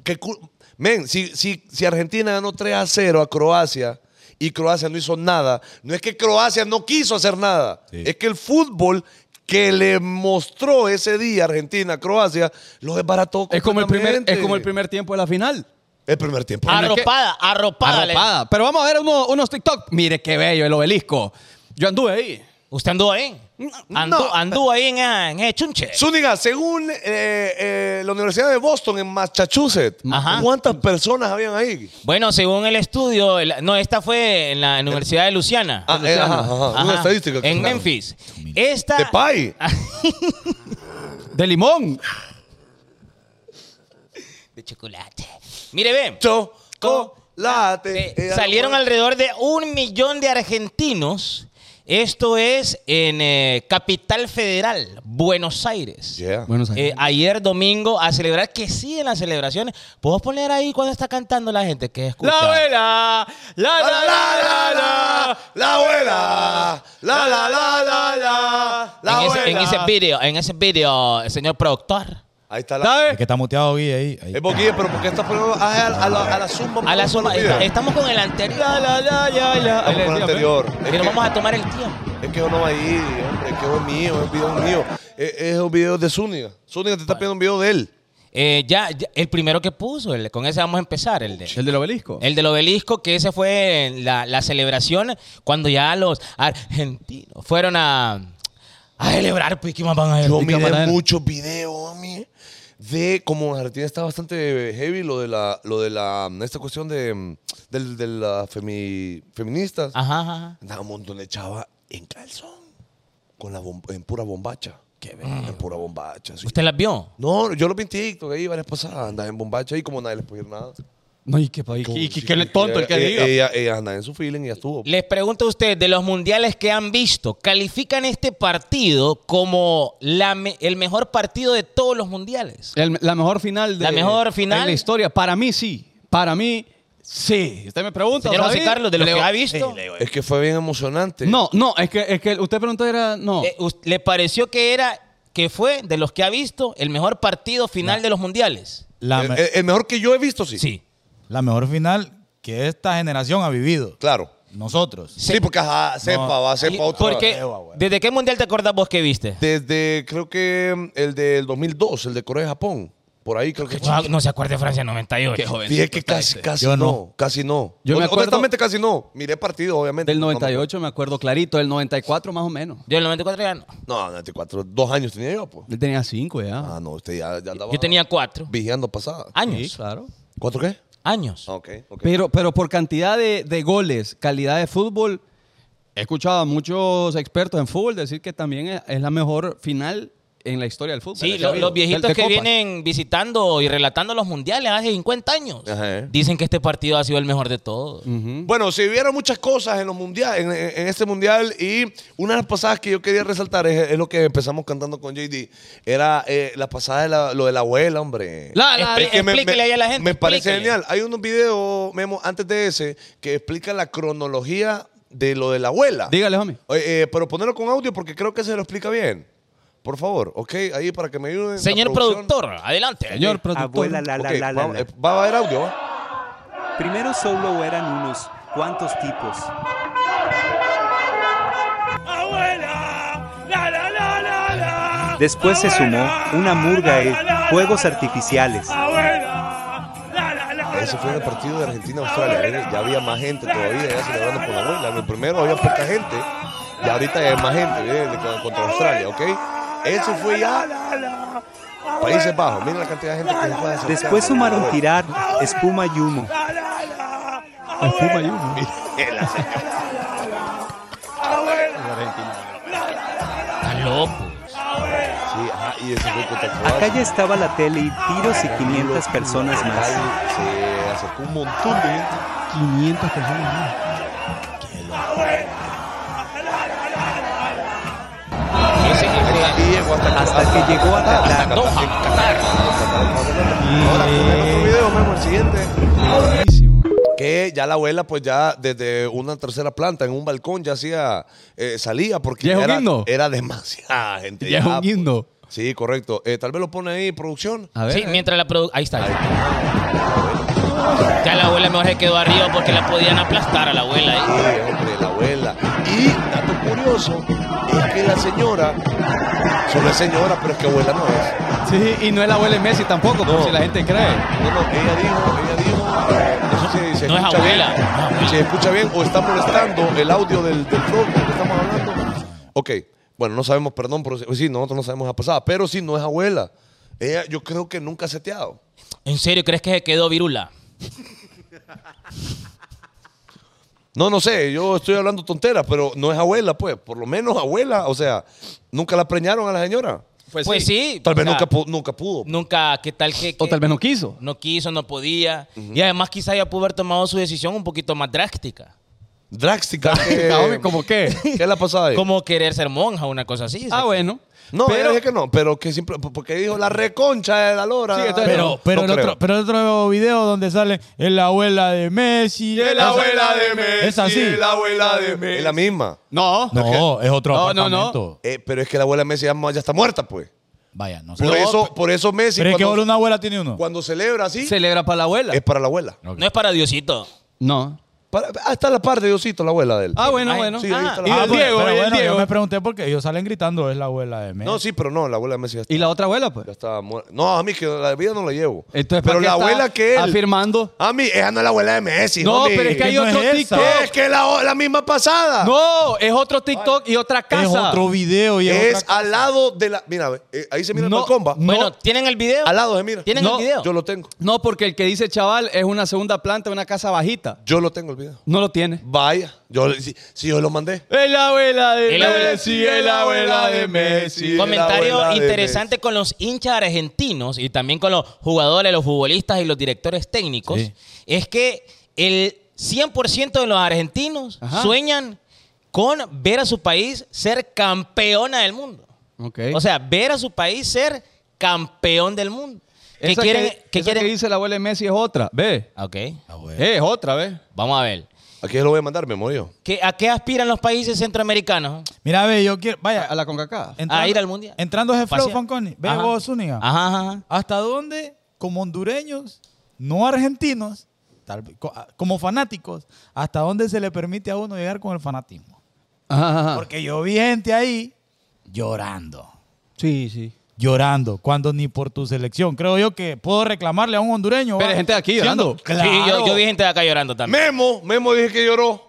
[SPEAKER 3] qué cu- Men, si, si, si Argentina ganó 3 a 0 a Croacia y Croacia no hizo nada, no es que Croacia no quiso hacer nada. Es que el fútbol que le mostró ese día Argentina, a Croacia, lo desbarató
[SPEAKER 1] Es como, el primer,
[SPEAKER 3] completamente.
[SPEAKER 1] es como el primer tiempo de la final.
[SPEAKER 3] El primer tiempo.
[SPEAKER 2] Pues Arropada, arropada. le-
[SPEAKER 1] Arropada. Pero vamos a ver uno- unos TikTok. Mire qué bello el obelisco. Yo anduve ahí.
[SPEAKER 2] ¿Usted anduvo ahí?
[SPEAKER 1] No,
[SPEAKER 2] Andu-
[SPEAKER 1] no.
[SPEAKER 2] Anduvo ahí en, ah, en ese chunche.
[SPEAKER 3] Zúñiga, según eh, eh, la Universidad de Boston en Massachusetts,
[SPEAKER 2] Ajá.
[SPEAKER 3] ¿cuántas personas habían ahí?
[SPEAKER 2] Bueno, según el estudio, el- no, esta fue en la Universidad de Luciana.
[SPEAKER 3] Eh, Ah, eh, ajá, ajá,
[SPEAKER 2] Ajá,
[SPEAKER 3] Una estadística.
[SPEAKER 2] En
[SPEAKER 3] claro.
[SPEAKER 2] Memphis. Esta.
[SPEAKER 3] De Pai.
[SPEAKER 1] De limón.
[SPEAKER 2] de chocolate. Mire, ve.
[SPEAKER 3] Chocolate.
[SPEAKER 2] Eh, salieron alrededor de un millón de argentinos. Esto es en eh, Capital Federal, Buenos Aires.
[SPEAKER 3] Yeah.
[SPEAKER 1] Buenos Aires.
[SPEAKER 2] Eh, ayer domingo a celebrar, que sí en las celebraciones. ¿Puedo poner ahí cuando está cantando la gente que escucha?
[SPEAKER 1] La abuela. La,
[SPEAKER 3] La,
[SPEAKER 1] la, la, la, la.
[SPEAKER 3] la abuela. La, la, la, la, la, la
[SPEAKER 2] en,
[SPEAKER 3] abuela.
[SPEAKER 2] ese, en ese video, en ese video, el señor productor.
[SPEAKER 3] Ahí está la.
[SPEAKER 1] ¿Sabes?
[SPEAKER 5] Es que está muteado Guille ahí. ahí.
[SPEAKER 3] Es Boquilla, pero ¿por qué estás poniendo a, a- a la, a la zumba?
[SPEAKER 2] A la suma,
[SPEAKER 3] Mira,
[SPEAKER 2] estamos con el anterior.
[SPEAKER 1] La, la, la, la, la. Ahí le
[SPEAKER 3] Vamos con el
[SPEAKER 1] decía, pues.
[SPEAKER 3] anterior. Es
[SPEAKER 2] Pero
[SPEAKER 3] que-
[SPEAKER 2] vamos a tomar el tiempo.
[SPEAKER 3] Es que yo no va ahí, hombre. Es que es mío, es video mío. Es, es un video de Zúñiga. Zúñiga te está pidiendo un video de él.
[SPEAKER 2] Eh, ya, ya, el primero que puso, el- con ese vamos a empezar, el de.
[SPEAKER 1] ¿El del obelisco?
[SPEAKER 2] El del obelisco, que ese fue la, la celebración cuando ya los argentinos fueron a, a celebrar, pues, ¿qué más van a hacer?
[SPEAKER 3] Yo
[SPEAKER 1] ¿De qué
[SPEAKER 3] miré
[SPEAKER 1] manera?
[SPEAKER 3] muchos videos, homie, de como en Argentina está bastante heavy lo de la, lo de la, esta cuestión de, mm, del- de, las femi- feministas.
[SPEAKER 1] Ah.
[SPEAKER 2] Ajá, ajá.
[SPEAKER 3] Andaba un montón de chavas en calzón, con la bom- en pura bombacha.
[SPEAKER 1] Ah.
[SPEAKER 3] Qué En pura bombacha, sí.
[SPEAKER 2] ¿Usted las vio?
[SPEAKER 3] No, yo lo vi en TikTok ahí varias pasadas, andaba en bombacha y como nadie les puede decir nada.
[SPEAKER 1] No, y qué país. Y qué
[SPEAKER 3] Sí,
[SPEAKER 1] qué tonto el que
[SPEAKER 3] ella-
[SPEAKER 1] diga.
[SPEAKER 3] Ella, ella andaba en su feeling y ya estuvo.
[SPEAKER 2] Les pregunto a ustedes, de los mundiales que han visto, ¿califican este partido como la me- el mejor partido de todos los mundiales?
[SPEAKER 1] El- la mejor final de
[SPEAKER 2] La mejor final.
[SPEAKER 1] en la historia. Para mí sí. Para mí sí. Usted me pregunta.
[SPEAKER 2] Señor José
[SPEAKER 1] David,
[SPEAKER 2] Carlos, de lo
[SPEAKER 1] le-
[SPEAKER 2] que ha visto,
[SPEAKER 3] Es que fue bien emocionante.
[SPEAKER 1] No, no, es que, es que usted preguntó era no.
[SPEAKER 2] eh, us- ¿le pareció que era, que fue, de los que ha visto, el mejor partido final de los mundiales?
[SPEAKER 5] La,
[SPEAKER 3] el,
[SPEAKER 5] me-
[SPEAKER 3] el- el mejor que yo he visto, sí.
[SPEAKER 2] Sí.
[SPEAKER 5] la mejor final que esta generación ha vivido.
[SPEAKER 3] Claro.
[SPEAKER 5] Nosotros.
[SPEAKER 3] Sí, porque ajá, sepa,
[SPEAKER 5] No.
[SPEAKER 3] va, sepa
[SPEAKER 2] Y-
[SPEAKER 3] otro.
[SPEAKER 2] Porque,
[SPEAKER 5] Eva, güey.
[SPEAKER 2] ¿desde qué mundial te acordás vos que viste?
[SPEAKER 3] Desde, creo que mm, el del 2002, el de Corea y Japón. Por ahí creo que.
[SPEAKER 2] Ah, no se acuerde Francia 98.
[SPEAKER 1] Qué joven.
[SPEAKER 3] Fíjate que casi, casi
[SPEAKER 5] Yo
[SPEAKER 3] no.
[SPEAKER 5] no.
[SPEAKER 3] Casi no.
[SPEAKER 1] Yo me
[SPEAKER 3] Hon-
[SPEAKER 1] acuerdo-
[SPEAKER 3] Honestamente, casi no. Miré partido, obviamente.
[SPEAKER 1] Del
[SPEAKER 3] No me
[SPEAKER 1] 98 me acuerdo clarito, del 94 más o menos.
[SPEAKER 2] Yo en el 94 ya no.
[SPEAKER 3] acuerdo. No, 94. Dos años tenía yo, pues.
[SPEAKER 1] Él tenía 5 ya.
[SPEAKER 3] Ah, no, usted ya, ya andaba.
[SPEAKER 2] Yo tenía cuatro.
[SPEAKER 3] Vigiando pasada.
[SPEAKER 2] Años.
[SPEAKER 1] claro.
[SPEAKER 3] ¿Cuatro qué?
[SPEAKER 2] Años.
[SPEAKER 3] Ah, ok. ok.
[SPEAKER 1] Pero, pero por cantidad de, de goles, calidad de fútbol, he escuchado a muchos expertos en fútbol decir que también es, es la mejor final en la historia del fútbol.
[SPEAKER 2] Sí,
[SPEAKER 1] Que
[SPEAKER 2] lo-
[SPEAKER 1] ha habido.
[SPEAKER 2] los viejitos
[SPEAKER 1] De- de
[SPEAKER 2] que
[SPEAKER 1] Copa.
[SPEAKER 2] vienen visitando y relatando los mundiales hace 50 años
[SPEAKER 3] Ajá. Mm.
[SPEAKER 2] dicen que este partido ha sido el mejor de todos.
[SPEAKER 3] Bueno, se vieron muchas cosas en los mundiales, en, en- en este mundial, y una de las pasadas que yo quería resaltar es, es lo que empezamos cantando con JD. Era eh, la pasada de la- lo de la abuela, hombre.
[SPEAKER 1] La- la-
[SPEAKER 2] Expli-
[SPEAKER 3] que me-
[SPEAKER 2] explíquele
[SPEAKER 3] me-
[SPEAKER 2] ahí a la gente.
[SPEAKER 3] Me parece
[SPEAKER 2] explíquele.
[SPEAKER 3] genial. Hay unos videos, Memo, antes de ese, que explica la cronología de lo de la abuela.
[SPEAKER 1] Dígale, homie.
[SPEAKER 3] Oye, eh, pero ponerlo con audio porque creo que se lo explica bien. Por favor, ok, ahí para que me ayuden. la
[SPEAKER 2] Señor
[SPEAKER 3] producción.
[SPEAKER 2] productor, adelante.
[SPEAKER 1] Señor productor.
[SPEAKER 7] Eh, Abuela, la, la,
[SPEAKER 3] Ok,
[SPEAKER 7] la, la,
[SPEAKER 3] va,
[SPEAKER 7] la.
[SPEAKER 3] eh, va a haber audio, ¿va?
[SPEAKER 7] Primero solo eran unos cuantos tipos. Después se sumó una murga de fuegos artificiales.
[SPEAKER 3] Ese fue en el partido de Argentina-Australia. Ya había más gente todavía, ya celebrando por la abuela. En el primero había poca gente, y ahorita hay más gente ¿eh? De- contra, Australia, ¿ok? Eso fue ya Países Bajos. Miren la cantidad de gente que se fue a acercar.
[SPEAKER 7] Después sumaron tirar espuma y humo.
[SPEAKER 2] Estás loco.
[SPEAKER 3] Sí, ajá, y eso fue contra
[SPEAKER 7] Acá
[SPEAKER 3] Croacia.
[SPEAKER 7] ya estaba la tele y tiros y 500 personas más.
[SPEAKER 3] Se acercó un montón de gente.
[SPEAKER 8] 500 personas. más.
[SPEAKER 2] Ese que juega-
[SPEAKER 3] Y llegó hasta
[SPEAKER 7] Hasta que llegó a Qatar.
[SPEAKER 2] Doha, Qatar.
[SPEAKER 3] Ahora, ponme tu video, Memo, el siguiente. Que ya la abuela, pues ya desde una tercera planta, en un balcón, ya hacía, eh, salía porque
[SPEAKER 1] Ya es un
[SPEAKER 3] era,
[SPEAKER 1] himno.
[SPEAKER 3] era demasiada gente.
[SPEAKER 1] Ya es un
[SPEAKER 3] pues.
[SPEAKER 1] himno.
[SPEAKER 3] Sí, correcto. Eh, tal vez lo pone ahí, producción.
[SPEAKER 1] A ver.
[SPEAKER 2] Sí, mientras la produ- Ahí está. Ya la abuela mejor se quedó arriba porque la podían aplastar a la abuela ¿eh?
[SPEAKER 3] Sí,
[SPEAKER 2] ahí.
[SPEAKER 3] hombre, la abuela. Y dato curioso es que la señora, solo es señora, pero es que abuela no es.
[SPEAKER 1] Sí, y no es la abuela de Messi tampoco, por si la gente cree.
[SPEAKER 3] No, no, ella dijo, ella dijo, eh, no sé si se
[SPEAKER 2] No es
[SPEAKER 3] escucha
[SPEAKER 2] abuela,
[SPEAKER 3] bien,
[SPEAKER 2] no es abuela.
[SPEAKER 3] si se escucha bien o está molestando el audio del, del flow del que estamos hablando. Ok, bueno, no sabemos, perdón, pero sí, sí, nosotros no sabemos la pasada, pero sí, no es abuela. Ella, yo creo que nunca ha seteado.
[SPEAKER 2] ¿En serio crees que se quedó virula?
[SPEAKER 3] No, no sé, yo estoy hablando tonteras, pero no es abuela, pues, por lo menos abuela, o sea, nunca la preñaron a la señora.
[SPEAKER 2] Pues, sí.
[SPEAKER 3] Tal vez
[SPEAKER 2] o sea,
[SPEAKER 3] nunca, pu- nunca pudo.
[SPEAKER 2] Nunca, ¿qué tal que,
[SPEAKER 1] O
[SPEAKER 2] que
[SPEAKER 1] tal vez no quiso.
[SPEAKER 2] no quiso, no podía? Y además quizá ya pudo haber tomado su decisión un poquito más drástica.
[SPEAKER 3] Drástica.
[SPEAKER 1] Cabrón, ¿Cómo qué?
[SPEAKER 3] ¿Qué es la pasada ahí?
[SPEAKER 2] Como querer ser monja, una cosa así.
[SPEAKER 1] Ah, bueno.
[SPEAKER 3] No,
[SPEAKER 1] Pero-
[SPEAKER 3] pero, dije que no, pero que simple, porque dijo la reconcha de la lora.
[SPEAKER 1] Sí, entonces-
[SPEAKER 5] Pero,
[SPEAKER 3] No,
[SPEAKER 5] pero,
[SPEAKER 3] no
[SPEAKER 5] el
[SPEAKER 3] creo.
[SPEAKER 5] otro, pero el otro video donde sale es la abuela de Messi.
[SPEAKER 1] Es la abuela de
[SPEAKER 5] Messi. Es así.
[SPEAKER 3] abuela de Messi. Es la misma.
[SPEAKER 1] No.
[SPEAKER 5] No, es otro
[SPEAKER 1] No, no, no.
[SPEAKER 5] apartamento.
[SPEAKER 3] Eh, pero es que la abuela de Messi ya, ya está muerta, pues.
[SPEAKER 5] Vaya, no sé.
[SPEAKER 3] Por, eso, por eso Messi
[SPEAKER 5] pero es que ahora
[SPEAKER 3] cuando,
[SPEAKER 5] una abuela tiene uno.
[SPEAKER 3] cuando celebra así
[SPEAKER 1] Celebra para la abuela.
[SPEAKER 3] es para la abuela.
[SPEAKER 2] No es para Diosito.
[SPEAKER 1] No.
[SPEAKER 3] Para, hasta la parte de Diosito, la abuela de él.
[SPEAKER 1] Ah, bueno,
[SPEAKER 2] Ay,
[SPEAKER 1] bueno.
[SPEAKER 3] sí, ahí está la-
[SPEAKER 1] y
[SPEAKER 3] Ah,
[SPEAKER 1] del
[SPEAKER 5] pues,
[SPEAKER 1] Diego,
[SPEAKER 5] pero
[SPEAKER 1] y del
[SPEAKER 5] bueno,
[SPEAKER 1] Diego.
[SPEAKER 5] yo me pregunté porque ellos salen gritando, es la abuela de Messi.
[SPEAKER 3] No, sí, pero no, la abuela de Messi ya está,
[SPEAKER 1] Y la otra abuela,
[SPEAKER 3] ya
[SPEAKER 1] pues.
[SPEAKER 3] está muerta. No, a mí que la vida no la llevo.
[SPEAKER 1] Entonces, ¿para
[SPEAKER 3] pero
[SPEAKER 1] qué
[SPEAKER 3] la
[SPEAKER 1] está
[SPEAKER 3] abuela que él.
[SPEAKER 1] Afirmando.
[SPEAKER 3] A mí, esa no es la abuela de Messi.
[SPEAKER 1] No,
[SPEAKER 3] homie.
[SPEAKER 1] pero es que hay
[SPEAKER 5] no es
[SPEAKER 1] otro
[SPEAKER 5] esa.
[SPEAKER 1] TikTok.
[SPEAKER 3] Es que la, la misma pasada.
[SPEAKER 1] No, es otro TikTok y otra casa.
[SPEAKER 5] es otro video y es,
[SPEAKER 3] es
[SPEAKER 5] otra-
[SPEAKER 3] al lado de la. Mira, ve, eh, ahí se mira
[SPEAKER 1] No,
[SPEAKER 3] el balcón, va.
[SPEAKER 2] Bueno, ¿tienen el video?
[SPEAKER 3] Al lado se mira.
[SPEAKER 2] ¿Tienen
[SPEAKER 1] No,
[SPEAKER 2] el video?
[SPEAKER 3] Yo lo tengo.
[SPEAKER 1] No, porque el que dice chaval es una segunda planta de una casa bajita.
[SPEAKER 3] Yo lo tengo el video.
[SPEAKER 1] No lo tiene.
[SPEAKER 3] Vaya. Yo, si, si yo lo mandé.
[SPEAKER 1] Es la abuela de
[SPEAKER 2] Es la abuela-
[SPEAKER 1] es la abuela de
[SPEAKER 3] Sí, la
[SPEAKER 2] Comentario
[SPEAKER 3] abuela de
[SPEAKER 2] interesante con los hinchas argentinos y también con los jugadores, los futbolistas y los directores técnicos.
[SPEAKER 5] Sí.
[SPEAKER 2] Es que el 100% de los argentinos
[SPEAKER 1] Ajá.
[SPEAKER 2] sueñan con ver a su país ser campeona del mundo.
[SPEAKER 1] Ok.
[SPEAKER 2] O sea, ver a su país ser campeón del mundo. ¿Qué
[SPEAKER 1] Esa
[SPEAKER 2] quieren?
[SPEAKER 1] que,
[SPEAKER 2] qué
[SPEAKER 1] esa
[SPEAKER 2] quieren? Ah,
[SPEAKER 1] que dice la abuela de Messi es otra. Ve.
[SPEAKER 2] Ok,
[SPEAKER 1] Eh, Es otra, ve.
[SPEAKER 2] vamos a ver.
[SPEAKER 3] Aquí lo voy a mandar, me murió.
[SPEAKER 2] ¿Qué- ¿A qué aspiran los países centroamericanos?
[SPEAKER 5] Mira, ve, yo quiero.
[SPEAKER 1] A,
[SPEAKER 5] Vaya,
[SPEAKER 1] a la CONCACAF.
[SPEAKER 5] eh,
[SPEAKER 2] a ir al Mundial.
[SPEAKER 5] Entrando a ese flow,
[SPEAKER 2] Pasear.
[SPEAKER 5] Fanconi. Ve
[SPEAKER 2] Ajá.
[SPEAKER 5] vos, Zúñiga.
[SPEAKER 2] Ajá, ajá, ajá.
[SPEAKER 5] ¿Hasta dónde, como hondureños, no argentinos, tal vez, co- como fanáticos, hasta dónde se le permite a uno llegar con el fanatismo?
[SPEAKER 1] Ajá, ajá.
[SPEAKER 5] Porque yo vi gente ahí llorando,
[SPEAKER 1] Sí, sí.
[SPEAKER 5] llorando, cuando ni por tu selección. Creo yo que puedo reclamarle a un hondureño.
[SPEAKER 1] Pero
[SPEAKER 5] ¿va?
[SPEAKER 1] hay gente de aquí
[SPEAKER 5] Siendo-
[SPEAKER 1] llorando.
[SPEAKER 5] Claro.
[SPEAKER 2] Sí, yo, yo vi gente de acá llorando también.
[SPEAKER 3] Memo, Memo dije que lloró.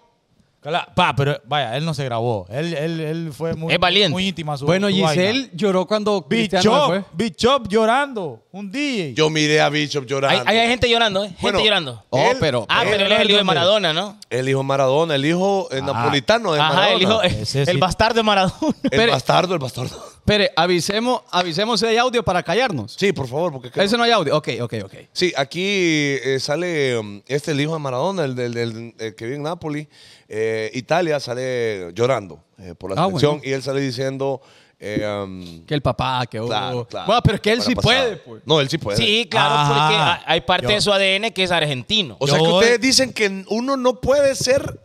[SPEAKER 5] Cla- pa, pero vaya, él no se grabó. Él, él, él fue muy,
[SPEAKER 2] Es valiente.
[SPEAKER 5] muy íntima su
[SPEAKER 1] Bueno,
[SPEAKER 5] su
[SPEAKER 1] Giselle
[SPEAKER 5] vaina.
[SPEAKER 1] lloró cuando Cristiano se
[SPEAKER 5] Bichop,
[SPEAKER 1] fue.
[SPEAKER 5] Bichop llorando. Un DJ.
[SPEAKER 3] Yo miré a Bishop
[SPEAKER 2] Hay,
[SPEAKER 3] llorando.
[SPEAKER 2] hay gente llorando, ¿eh? Gente
[SPEAKER 3] Bueno,
[SPEAKER 2] llorando.
[SPEAKER 1] Oh,
[SPEAKER 3] Él-
[SPEAKER 1] pero.
[SPEAKER 2] Ah, pero él es el hijo de Maradona, ¿no?
[SPEAKER 3] El hijo de Maradona, el hijo eh, napolitano de
[SPEAKER 2] Ah. Ajá,
[SPEAKER 3] Maradona.
[SPEAKER 2] el hijo,
[SPEAKER 5] Ese sí.
[SPEAKER 2] el bastardo de Maradona.
[SPEAKER 3] El
[SPEAKER 1] Pero-
[SPEAKER 3] bastardo, el bastardo.
[SPEAKER 1] Espere, avisemos, avisemos si hay audio para callarnos.
[SPEAKER 3] Sí, por favor, porque...
[SPEAKER 1] Ese no hay audio. Ok, ok, ok.
[SPEAKER 3] Sí, aquí eh, sale mm, este el hijo de Maradona, el, del del- el que vive en Nápoles, eh, Italia, sale llorando eh, por la
[SPEAKER 1] Ah,
[SPEAKER 3] selección
[SPEAKER 1] bueno.
[SPEAKER 3] y él sale diciendo... eh, um,
[SPEAKER 1] Que el papá, que hubo.
[SPEAKER 3] claro, claro.
[SPEAKER 1] Bueno, pero es que él
[SPEAKER 3] Buena
[SPEAKER 1] sí
[SPEAKER 3] pasada.
[SPEAKER 1] puede, pues.
[SPEAKER 3] No, él sí puede.
[SPEAKER 2] Sí, claro,
[SPEAKER 5] Ajá.
[SPEAKER 2] porque ha- hay parte
[SPEAKER 5] Yo-
[SPEAKER 2] de su ADN que es argentino.
[SPEAKER 3] O sea
[SPEAKER 5] Yo
[SPEAKER 3] que
[SPEAKER 5] voy-
[SPEAKER 3] ustedes dicen que uno no puede ser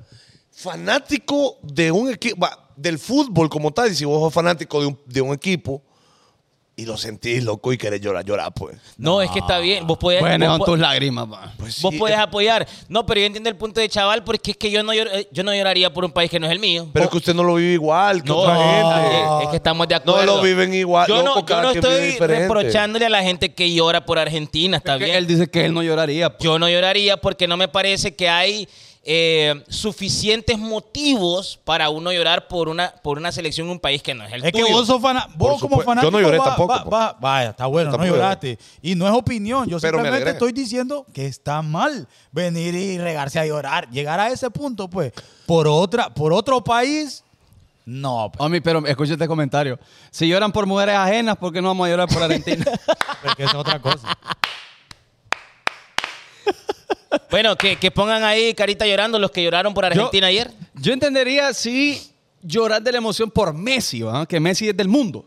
[SPEAKER 3] fanático de un equipo, del fútbol como tal, y si vos sos fanático de un, de un equipo, y Y lo sentís, loco, y querés llorar, llorar, pues.
[SPEAKER 2] No, es que está bien. Vos podés,
[SPEAKER 1] Bueno,
[SPEAKER 2] vos
[SPEAKER 1] son
[SPEAKER 2] po-
[SPEAKER 1] tus lágrimas, pa.
[SPEAKER 3] Pues
[SPEAKER 2] vos
[SPEAKER 3] sí,
[SPEAKER 2] podés
[SPEAKER 3] eh,
[SPEAKER 2] apoyar. No, pero yo entiendo el punto de chaval porque es que yo no, llor- eh, yo no lloraría por un país que no es el mío.
[SPEAKER 1] Oh.
[SPEAKER 3] Pero es que usted no lo vive igual que
[SPEAKER 2] No,
[SPEAKER 3] otra gente.
[SPEAKER 5] Ah.
[SPEAKER 2] no, Eh, es que estamos de acuerdo.
[SPEAKER 3] lo viven igual,
[SPEAKER 2] Yo no,
[SPEAKER 3] loco,
[SPEAKER 2] yo
[SPEAKER 3] cada
[SPEAKER 2] no
[SPEAKER 3] quien vive
[SPEAKER 2] estoy
[SPEAKER 3] diferente.
[SPEAKER 2] reprochándole a la gente que llora por Argentina, está
[SPEAKER 1] Que
[SPEAKER 2] bien.
[SPEAKER 1] Él dice que él no lloraría. pues. pa.
[SPEAKER 2] Yo no lloraría porque no me parece que hay eh, suficientes motivos para uno llorar por una, por una selección en un país que no es el
[SPEAKER 5] Es que
[SPEAKER 2] tuyo.
[SPEAKER 5] vos sos fana-
[SPEAKER 3] Por
[SPEAKER 5] vos como
[SPEAKER 3] supuesto.
[SPEAKER 5] fanático.
[SPEAKER 3] Yo no lloré
[SPEAKER 5] va-
[SPEAKER 3] tampoco,
[SPEAKER 5] va-
[SPEAKER 3] po.
[SPEAKER 5] va- vaya, está bueno,
[SPEAKER 3] Yo
[SPEAKER 5] no
[SPEAKER 3] tampoco
[SPEAKER 5] lloraste. Y no es opinión. Yo
[SPEAKER 3] Pero me
[SPEAKER 5] simplemente
[SPEAKER 3] alegré.
[SPEAKER 5] estoy diciendo que está mal venir y regarse a llorar. Llegar a ese punto, pues, por otra, por otro país, no. pues.
[SPEAKER 1] Homie, pero escucha este comentario. Si lloran por mujeres ajenas, ¿por qué no vamos a llorar por Argentina?
[SPEAKER 5] Porque es otra cosa.
[SPEAKER 2] Bueno, que, que pongan ahí carita llorando los que lloraron por Argentina ayer.
[SPEAKER 1] Yo entendería si llorar de la emoción por Messi, ¿va? que Messi es del mundo.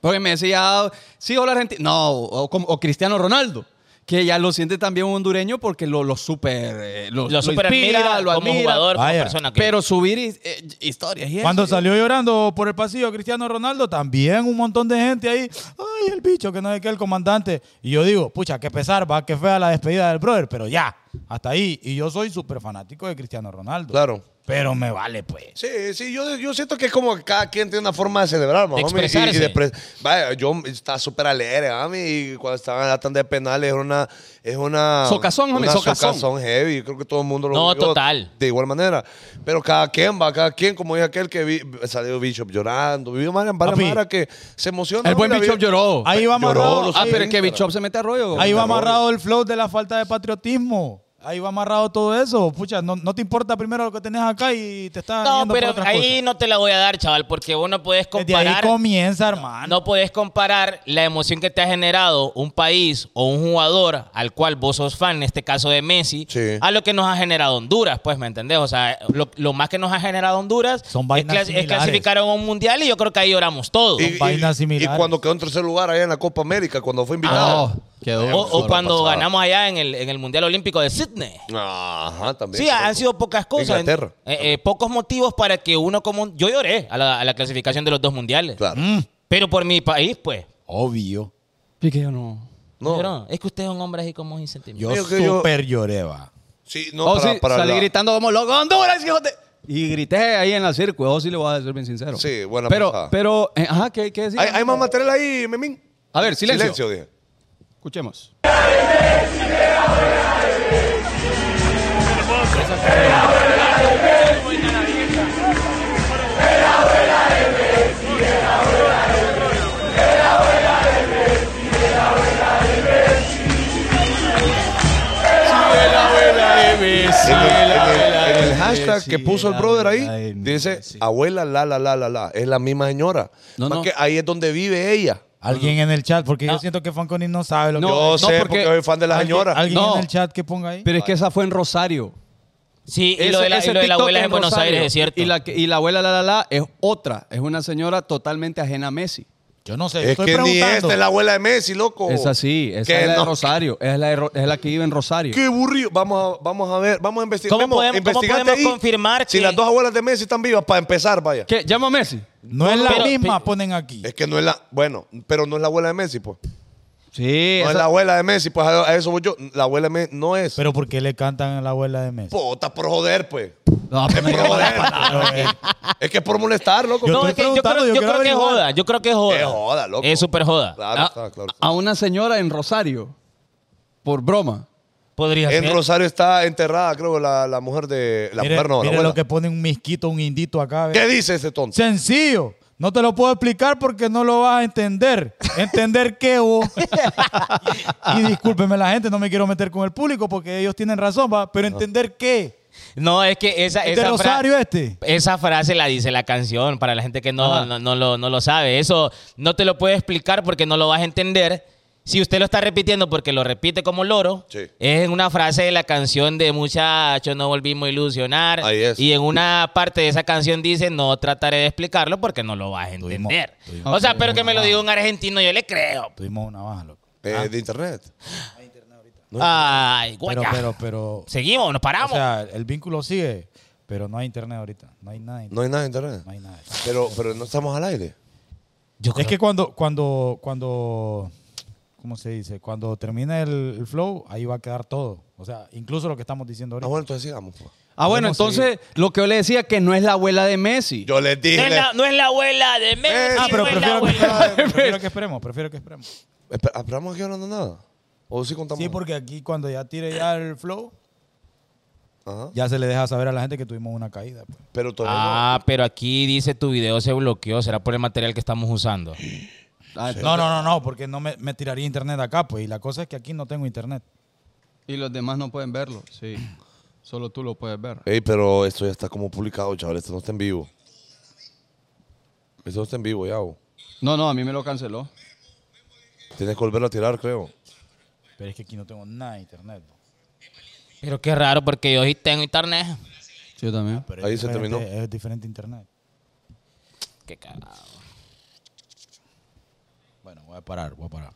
[SPEAKER 1] Porque Messi ya, sí, hola Argentina. No, o, o como- o Cristiano Ronaldo, que ya lo siente también un hondureño porque lo, lo super. eh, lo,
[SPEAKER 2] Los super
[SPEAKER 1] inspira,
[SPEAKER 2] admira
[SPEAKER 1] lo
[SPEAKER 2] como
[SPEAKER 1] admira.
[SPEAKER 2] jugador, como
[SPEAKER 5] Vaya.
[SPEAKER 2] persona. Que...
[SPEAKER 1] Pero subir his- eh, historias y eso.
[SPEAKER 5] Cuando salió llorando por el pasillo Cristiano Ronaldo, también un montón de gente ahí. Ay, el bicho, que no es que el comandante. Y yo digo, pucha, qué pesar, va, que fea la despedida del brother, pero ya, hasta ahí. Y yo soy súper fanático de Cristiano Ronaldo.
[SPEAKER 3] Claro.
[SPEAKER 5] Pero me vale, pues.
[SPEAKER 3] Sí, sí, yo, yo siento que es como que cada quien tiene una forma de celebrar, mami.
[SPEAKER 2] De
[SPEAKER 3] y- y
[SPEAKER 2] expresarse.
[SPEAKER 3] de pre- Vaya, yo estaba súper alegre, mami, y cuando estaban atan de penales es una... Es una
[SPEAKER 1] Socazón, mami,
[SPEAKER 3] una
[SPEAKER 1] socazón.
[SPEAKER 3] heavy, creo que todo el mundo lo
[SPEAKER 2] No,
[SPEAKER 3] vivió
[SPEAKER 2] total.
[SPEAKER 3] De igual manera. Pero cada quien va, cada quien, como dije aquel que vi- salió Bishop llorando, vivió varias varias
[SPEAKER 5] Papi.
[SPEAKER 3] varas que se emociona.
[SPEAKER 1] El buen
[SPEAKER 3] mami, la
[SPEAKER 1] Bishop
[SPEAKER 3] vida-
[SPEAKER 1] lloró.
[SPEAKER 5] Ahí va
[SPEAKER 3] Lloró,
[SPEAKER 5] amarrado.
[SPEAKER 3] lo
[SPEAKER 1] ah,
[SPEAKER 5] ahí-
[SPEAKER 1] pero es que
[SPEAKER 3] Instagram.
[SPEAKER 1] Bishop se mete a rollo.
[SPEAKER 5] Ahí va
[SPEAKER 3] Terror.
[SPEAKER 5] amarrado el flow de la falta de patriotismo. Ahí va amarrado todo eso. Pucha, no, no te importa primero lo que tenés acá y te están
[SPEAKER 2] no,
[SPEAKER 5] yendo por
[SPEAKER 2] pero
[SPEAKER 5] otras
[SPEAKER 2] ahí
[SPEAKER 5] cosas.
[SPEAKER 2] no te la voy a dar, chaval, porque vos no podés
[SPEAKER 5] Desde ahí
[SPEAKER 2] comparar.
[SPEAKER 5] comienza, hermano.
[SPEAKER 2] No podés comparar la emoción que te ha generado un país o un jugador al cual vos sos fan, en este caso de Messi,
[SPEAKER 3] Sí.
[SPEAKER 2] a lo que nos ha generado Honduras, pues, ¿me entendés? O sea, lo, lo más que nos ha generado Honduras
[SPEAKER 5] Son
[SPEAKER 2] es,
[SPEAKER 5] vainas
[SPEAKER 2] clasi- es
[SPEAKER 5] similares.
[SPEAKER 2] clasificar a un mundial y yo creo que ahí lloramos todos.
[SPEAKER 3] Y, y- y
[SPEAKER 5] vainas similares.
[SPEAKER 3] cuando quedó en tercer lugar allá en la Copa América, cuando fue invitado.
[SPEAKER 1] No, quedó.
[SPEAKER 2] o, o cuando ganamos allá en el, en el Mundial Olímpico de Sydney.
[SPEAKER 3] Ajá, también.
[SPEAKER 2] Sí, han
[SPEAKER 3] correcto.
[SPEAKER 2] sido pocas cosas.
[SPEAKER 3] Inglaterra.
[SPEAKER 2] Eh, eh, pocos motivos para que uno como... Yo lloré a la, a la clasificación de los dos mundiales.
[SPEAKER 3] Claro.
[SPEAKER 1] Mm.
[SPEAKER 2] Pero por mi país, pues.
[SPEAKER 5] Obvio.
[SPEAKER 1] Pique yo no.
[SPEAKER 3] No.
[SPEAKER 2] Pero es que ustedes son hombres así como sin sentimientos.
[SPEAKER 5] Yo
[SPEAKER 3] Digo que yo-
[SPEAKER 5] súper lloré, va.
[SPEAKER 3] Sí, no,
[SPEAKER 1] Oh,
[SPEAKER 3] para,
[SPEAKER 1] sí,
[SPEAKER 3] para
[SPEAKER 1] salí
[SPEAKER 3] la-
[SPEAKER 1] gritando como loco, Honduras, hijo de-". Y grité ahí en la circo. Oh, sí, le voy a ser bien sincero.
[SPEAKER 3] Sí, buena
[SPEAKER 1] Pero,
[SPEAKER 3] pasada.
[SPEAKER 1] pero, eh, ajá, ¿qué, qué decía?
[SPEAKER 3] ¿Hay, hay más material ahí, Memín?
[SPEAKER 1] A ver, silencio.
[SPEAKER 3] Silencio, dije.
[SPEAKER 1] Escuchemos.
[SPEAKER 3] En el, en el- en el hashtag que puso el brother ahí, dice abuela la la la la la. Es la misma señora.
[SPEAKER 1] No,
[SPEAKER 3] Más
[SPEAKER 1] no.
[SPEAKER 3] que ahí es donde vive ella.
[SPEAKER 5] Alguien en el chat, porque yo siento que Fanconi no sabe lo que
[SPEAKER 3] Yo
[SPEAKER 1] no,
[SPEAKER 3] sé porque,
[SPEAKER 1] porque-
[SPEAKER 3] soy fan de la
[SPEAKER 5] Alguien,
[SPEAKER 3] señora.
[SPEAKER 5] alguien
[SPEAKER 1] No.
[SPEAKER 5] en el chat que ponga ahí.
[SPEAKER 1] Pero es que esa fue en Rosario.
[SPEAKER 2] Sí, y lo de la, y lo de la abuela en Buenos Aires es cierto.
[SPEAKER 1] Y la, que- y la abuela la la la es otra. Es una señora totalmente ajena a Messi.
[SPEAKER 5] yo no sé,
[SPEAKER 3] es
[SPEAKER 5] estoy
[SPEAKER 3] que ni
[SPEAKER 5] preguntando.
[SPEAKER 3] esta es la abuela de Messi, loco.
[SPEAKER 1] Es así. Esa
[SPEAKER 3] Oh. Que
[SPEAKER 1] es la de
[SPEAKER 3] no.
[SPEAKER 1] Rosario. Es la, de Ro- es la que vive en Rosario.
[SPEAKER 3] Qué burrido. Vamos a, vamos a ver, vamos a investigar.
[SPEAKER 2] ¿Cómo
[SPEAKER 3] Memo,
[SPEAKER 2] podemos- cómo
[SPEAKER 3] investigate
[SPEAKER 2] podemos
[SPEAKER 3] ahí
[SPEAKER 2] confirmar
[SPEAKER 3] Si
[SPEAKER 2] que-
[SPEAKER 3] las dos abuelas de Messi están vivas, para empezar, vaya.
[SPEAKER 1] ¿Qué? ¿Llama a Messi?
[SPEAKER 5] No es la
[SPEAKER 2] Pero-
[SPEAKER 5] misma,
[SPEAKER 2] pero-
[SPEAKER 5] ponen aquí.
[SPEAKER 3] Es que no es la. Bueno, pero no es la abuela de Messi, pues.
[SPEAKER 1] Sí.
[SPEAKER 3] No es
[SPEAKER 1] esa-
[SPEAKER 3] la abuela de Messi, pues a, a eso voy yo. La abuela de Messi no es.
[SPEAKER 5] Pero ¿por qué le cantan a la abuela de Messi?
[SPEAKER 3] Puta, por joder, pues.
[SPEAKER 1] No, pero-
[SPEAKER 3] Por joder.
[SPEAKER 5] eh,
[SPEAKER 3] es que es por molestar, loco.
[SPEAKER 5] Yo
[SPEAKER 2] no,
[SPEAKER 5] estoy
[SPEAKER 2] es que yo creo,
[SPEAKER 5] preguntando, yo
[SPEAKER 2] yo
[SPEAKER 5] quiero
[SPEAKER 2] creo que es
[SPEAKER 5] averiguar.
[SPEAKER 2] joda. Yo creo que es joda.
[SPEAKER 3] Es joda, loco.
[SPEAKER 2] Es súper joda.
[SPEAKER 3] Claro,
[SPEAKER 2] Ah,
[SPEAKER 3] está, claro.
[SPEAKER 1] a una señora en Rosario. Por broma.
[SPEAKER 2] podría
[SPEAKER 3] En
[SPEAKER 2] ser.
[SPEAKER 3] Rosario está enterrada, creo, la, la mujer de. La
[SPEAKER 5] Mire,
[SPEAKER 3] mujer no, la
[SPEAKER 5] mire
[SPEAKER 3] abuela.
[SPEAKER 5] lo que pone un misquito, un indito acá. ve.
[SPEAKER 3] ¿Qué dice ese tonto?
[SPEAKER 5] Sencillo. No te lo puedo explicar porque no lo vas a entender. ¿Entender qué vos? y, y discúlpeme la gente, no me quiero meter con el público porque ellos tienen razón, va. Pero entender qué.
[SPEAKER 2] No, es que esa,
[SPEAKER 5] ¿Es
[SPEAKER 2] esa,
[SPEAKER 5] de
[SPEAKER 2] fra-
[SPEAKER 5] Rosario este?
[SPEAKER 2] esa frase la dice la canción para la gente que no, no, no lo, no lo sabe. Eso no te lo puedo explicar porque no lo vas a entender. Si usted lo está repitiendo porque lo repite como loro,
[SPEAKER 3] Sí.
[SPEAKER 2] es una frase de la canción de muchachos, no volvimos a ilusionar.
[SPEAKER 3] Ahí es.
[SPEAKER 2] Y en una parte de esa canción dice, no trataré de explicarlo porque no lo vas a
[SPEAKER 5] Tuvimos-
[SPEAKER 2] entender.
[SPEAKER 5] tuvimos-
[SPEAKER 2] o sea, pero que me lo diga un argentino, yo le creo.
[SPEAKER 5] Tuvimos una baja, loco.
[SPEAKER 3] Eh, De internet.
[SPEAKER 2] Ay,
[SPEAKER 5] Pero,
[SPEAKER 2] guacha.
[SPEAKER 5] pero, pero.
[SPEAKER 2] Seguimos, nos
[SPEAKER 5] O
[SPEAKER 2] paramos.
[SPEAKER 5] sea, el vínculo sigue, pero no hay internet ahorita. No hay nada. de
[SPEAKER 3] No
[SPEAKER 5] internet,
[SPEAKER 3] hay nada de internet.
[SPEAKER 5] No hay nada. de internet.
[SPEAKER 3] Pero, pero no estamos al aire.
[SPEAKER 2] Yo creo
[SPEAKER 5] Es que cuando, cuando, cuando, ¿cómo se dice? Cuando termina el, el flow, ahí va a quedar todo. O sea, incluso lo que estamos
[SPEAKER 3] Ah,
[SPEAKER 5] diciendo ahorita.
[SPEAKER 3] bueno, entonces sigamos. pues.
[SPEAKER 1] Ah, bueno,
[SPEAKER 5] Podemos
[SPEAKER 1] entonces lo que yo le decía que no es la abuela de Messi.
[SPEAKER 3] Yo les
[SPEAKER 2] no
[SPEAKER 3] dije.
[SPEAKER 2] es, la, no es la abuela de Messi.
[SPEAKER 3] Ah,
[SPEAKER 5] Ah, pero
[SPEAKER 2] no es la
[SPEAKER 5] prefiero que,
[SPEAKER 2] abuela.
[SPEAKER 5] prefiero que esperemos, prefiero que esperemos.
[SPEAKER 3] Esper- ¿Esperamos aquí hablando nada? ¿O sí contamos?
[SPEAKER 5] Sí, porque aquí cuando ya tire ya el flow,
[SPEAKER 3] Ajá.
[SPEAKER 5] ya se le deja saber a la gente que tuvimos una caída. pues.
[SPEAKER 3] Pero todavía
[SPEAKER 2] Ah, pero aquí dice tu video se bloqueó. Será por el material que estamos usando.
[SPEAKER 1] Ah, entonces-
[SPEAKER 5] No, no, no, no, porque no me, me tiraría internet acá, pues. Y la cosa es que aquí no tengo internet.
[SPEAKER 1] Y los demás no pueden verlo, sí. Solo tú lo puedes ver.
[SPEAKER 3] no. Ey, pero esto ya está como publicado, chaval. Esto no está en vivo. Esto no está en vivo, ya. bo.
[SPEAKER 1] No, no, a mí me lo canceló.
[SPEAKER 3] Tienes que volverlo a tirar, creo.
[SPEAKER 5] Pero es que aquí no tengo nada de internet. pues.
[SPEAKER 2] Pero qué raro porque yo sí tengo internet.
[SPEAKER 1] Yo también.
[SPEAKER 5] Pero es
[SPEAKER 3] Ahí se
[SPEAKER 5] diferente-
[SPEAKER 3] terminó.
[SPEAKER 5] Es diferente internet.
[SPEAKER 2] Qué cagado.
[SPEAKER 5] Bueno, voy a parar, voy a parar.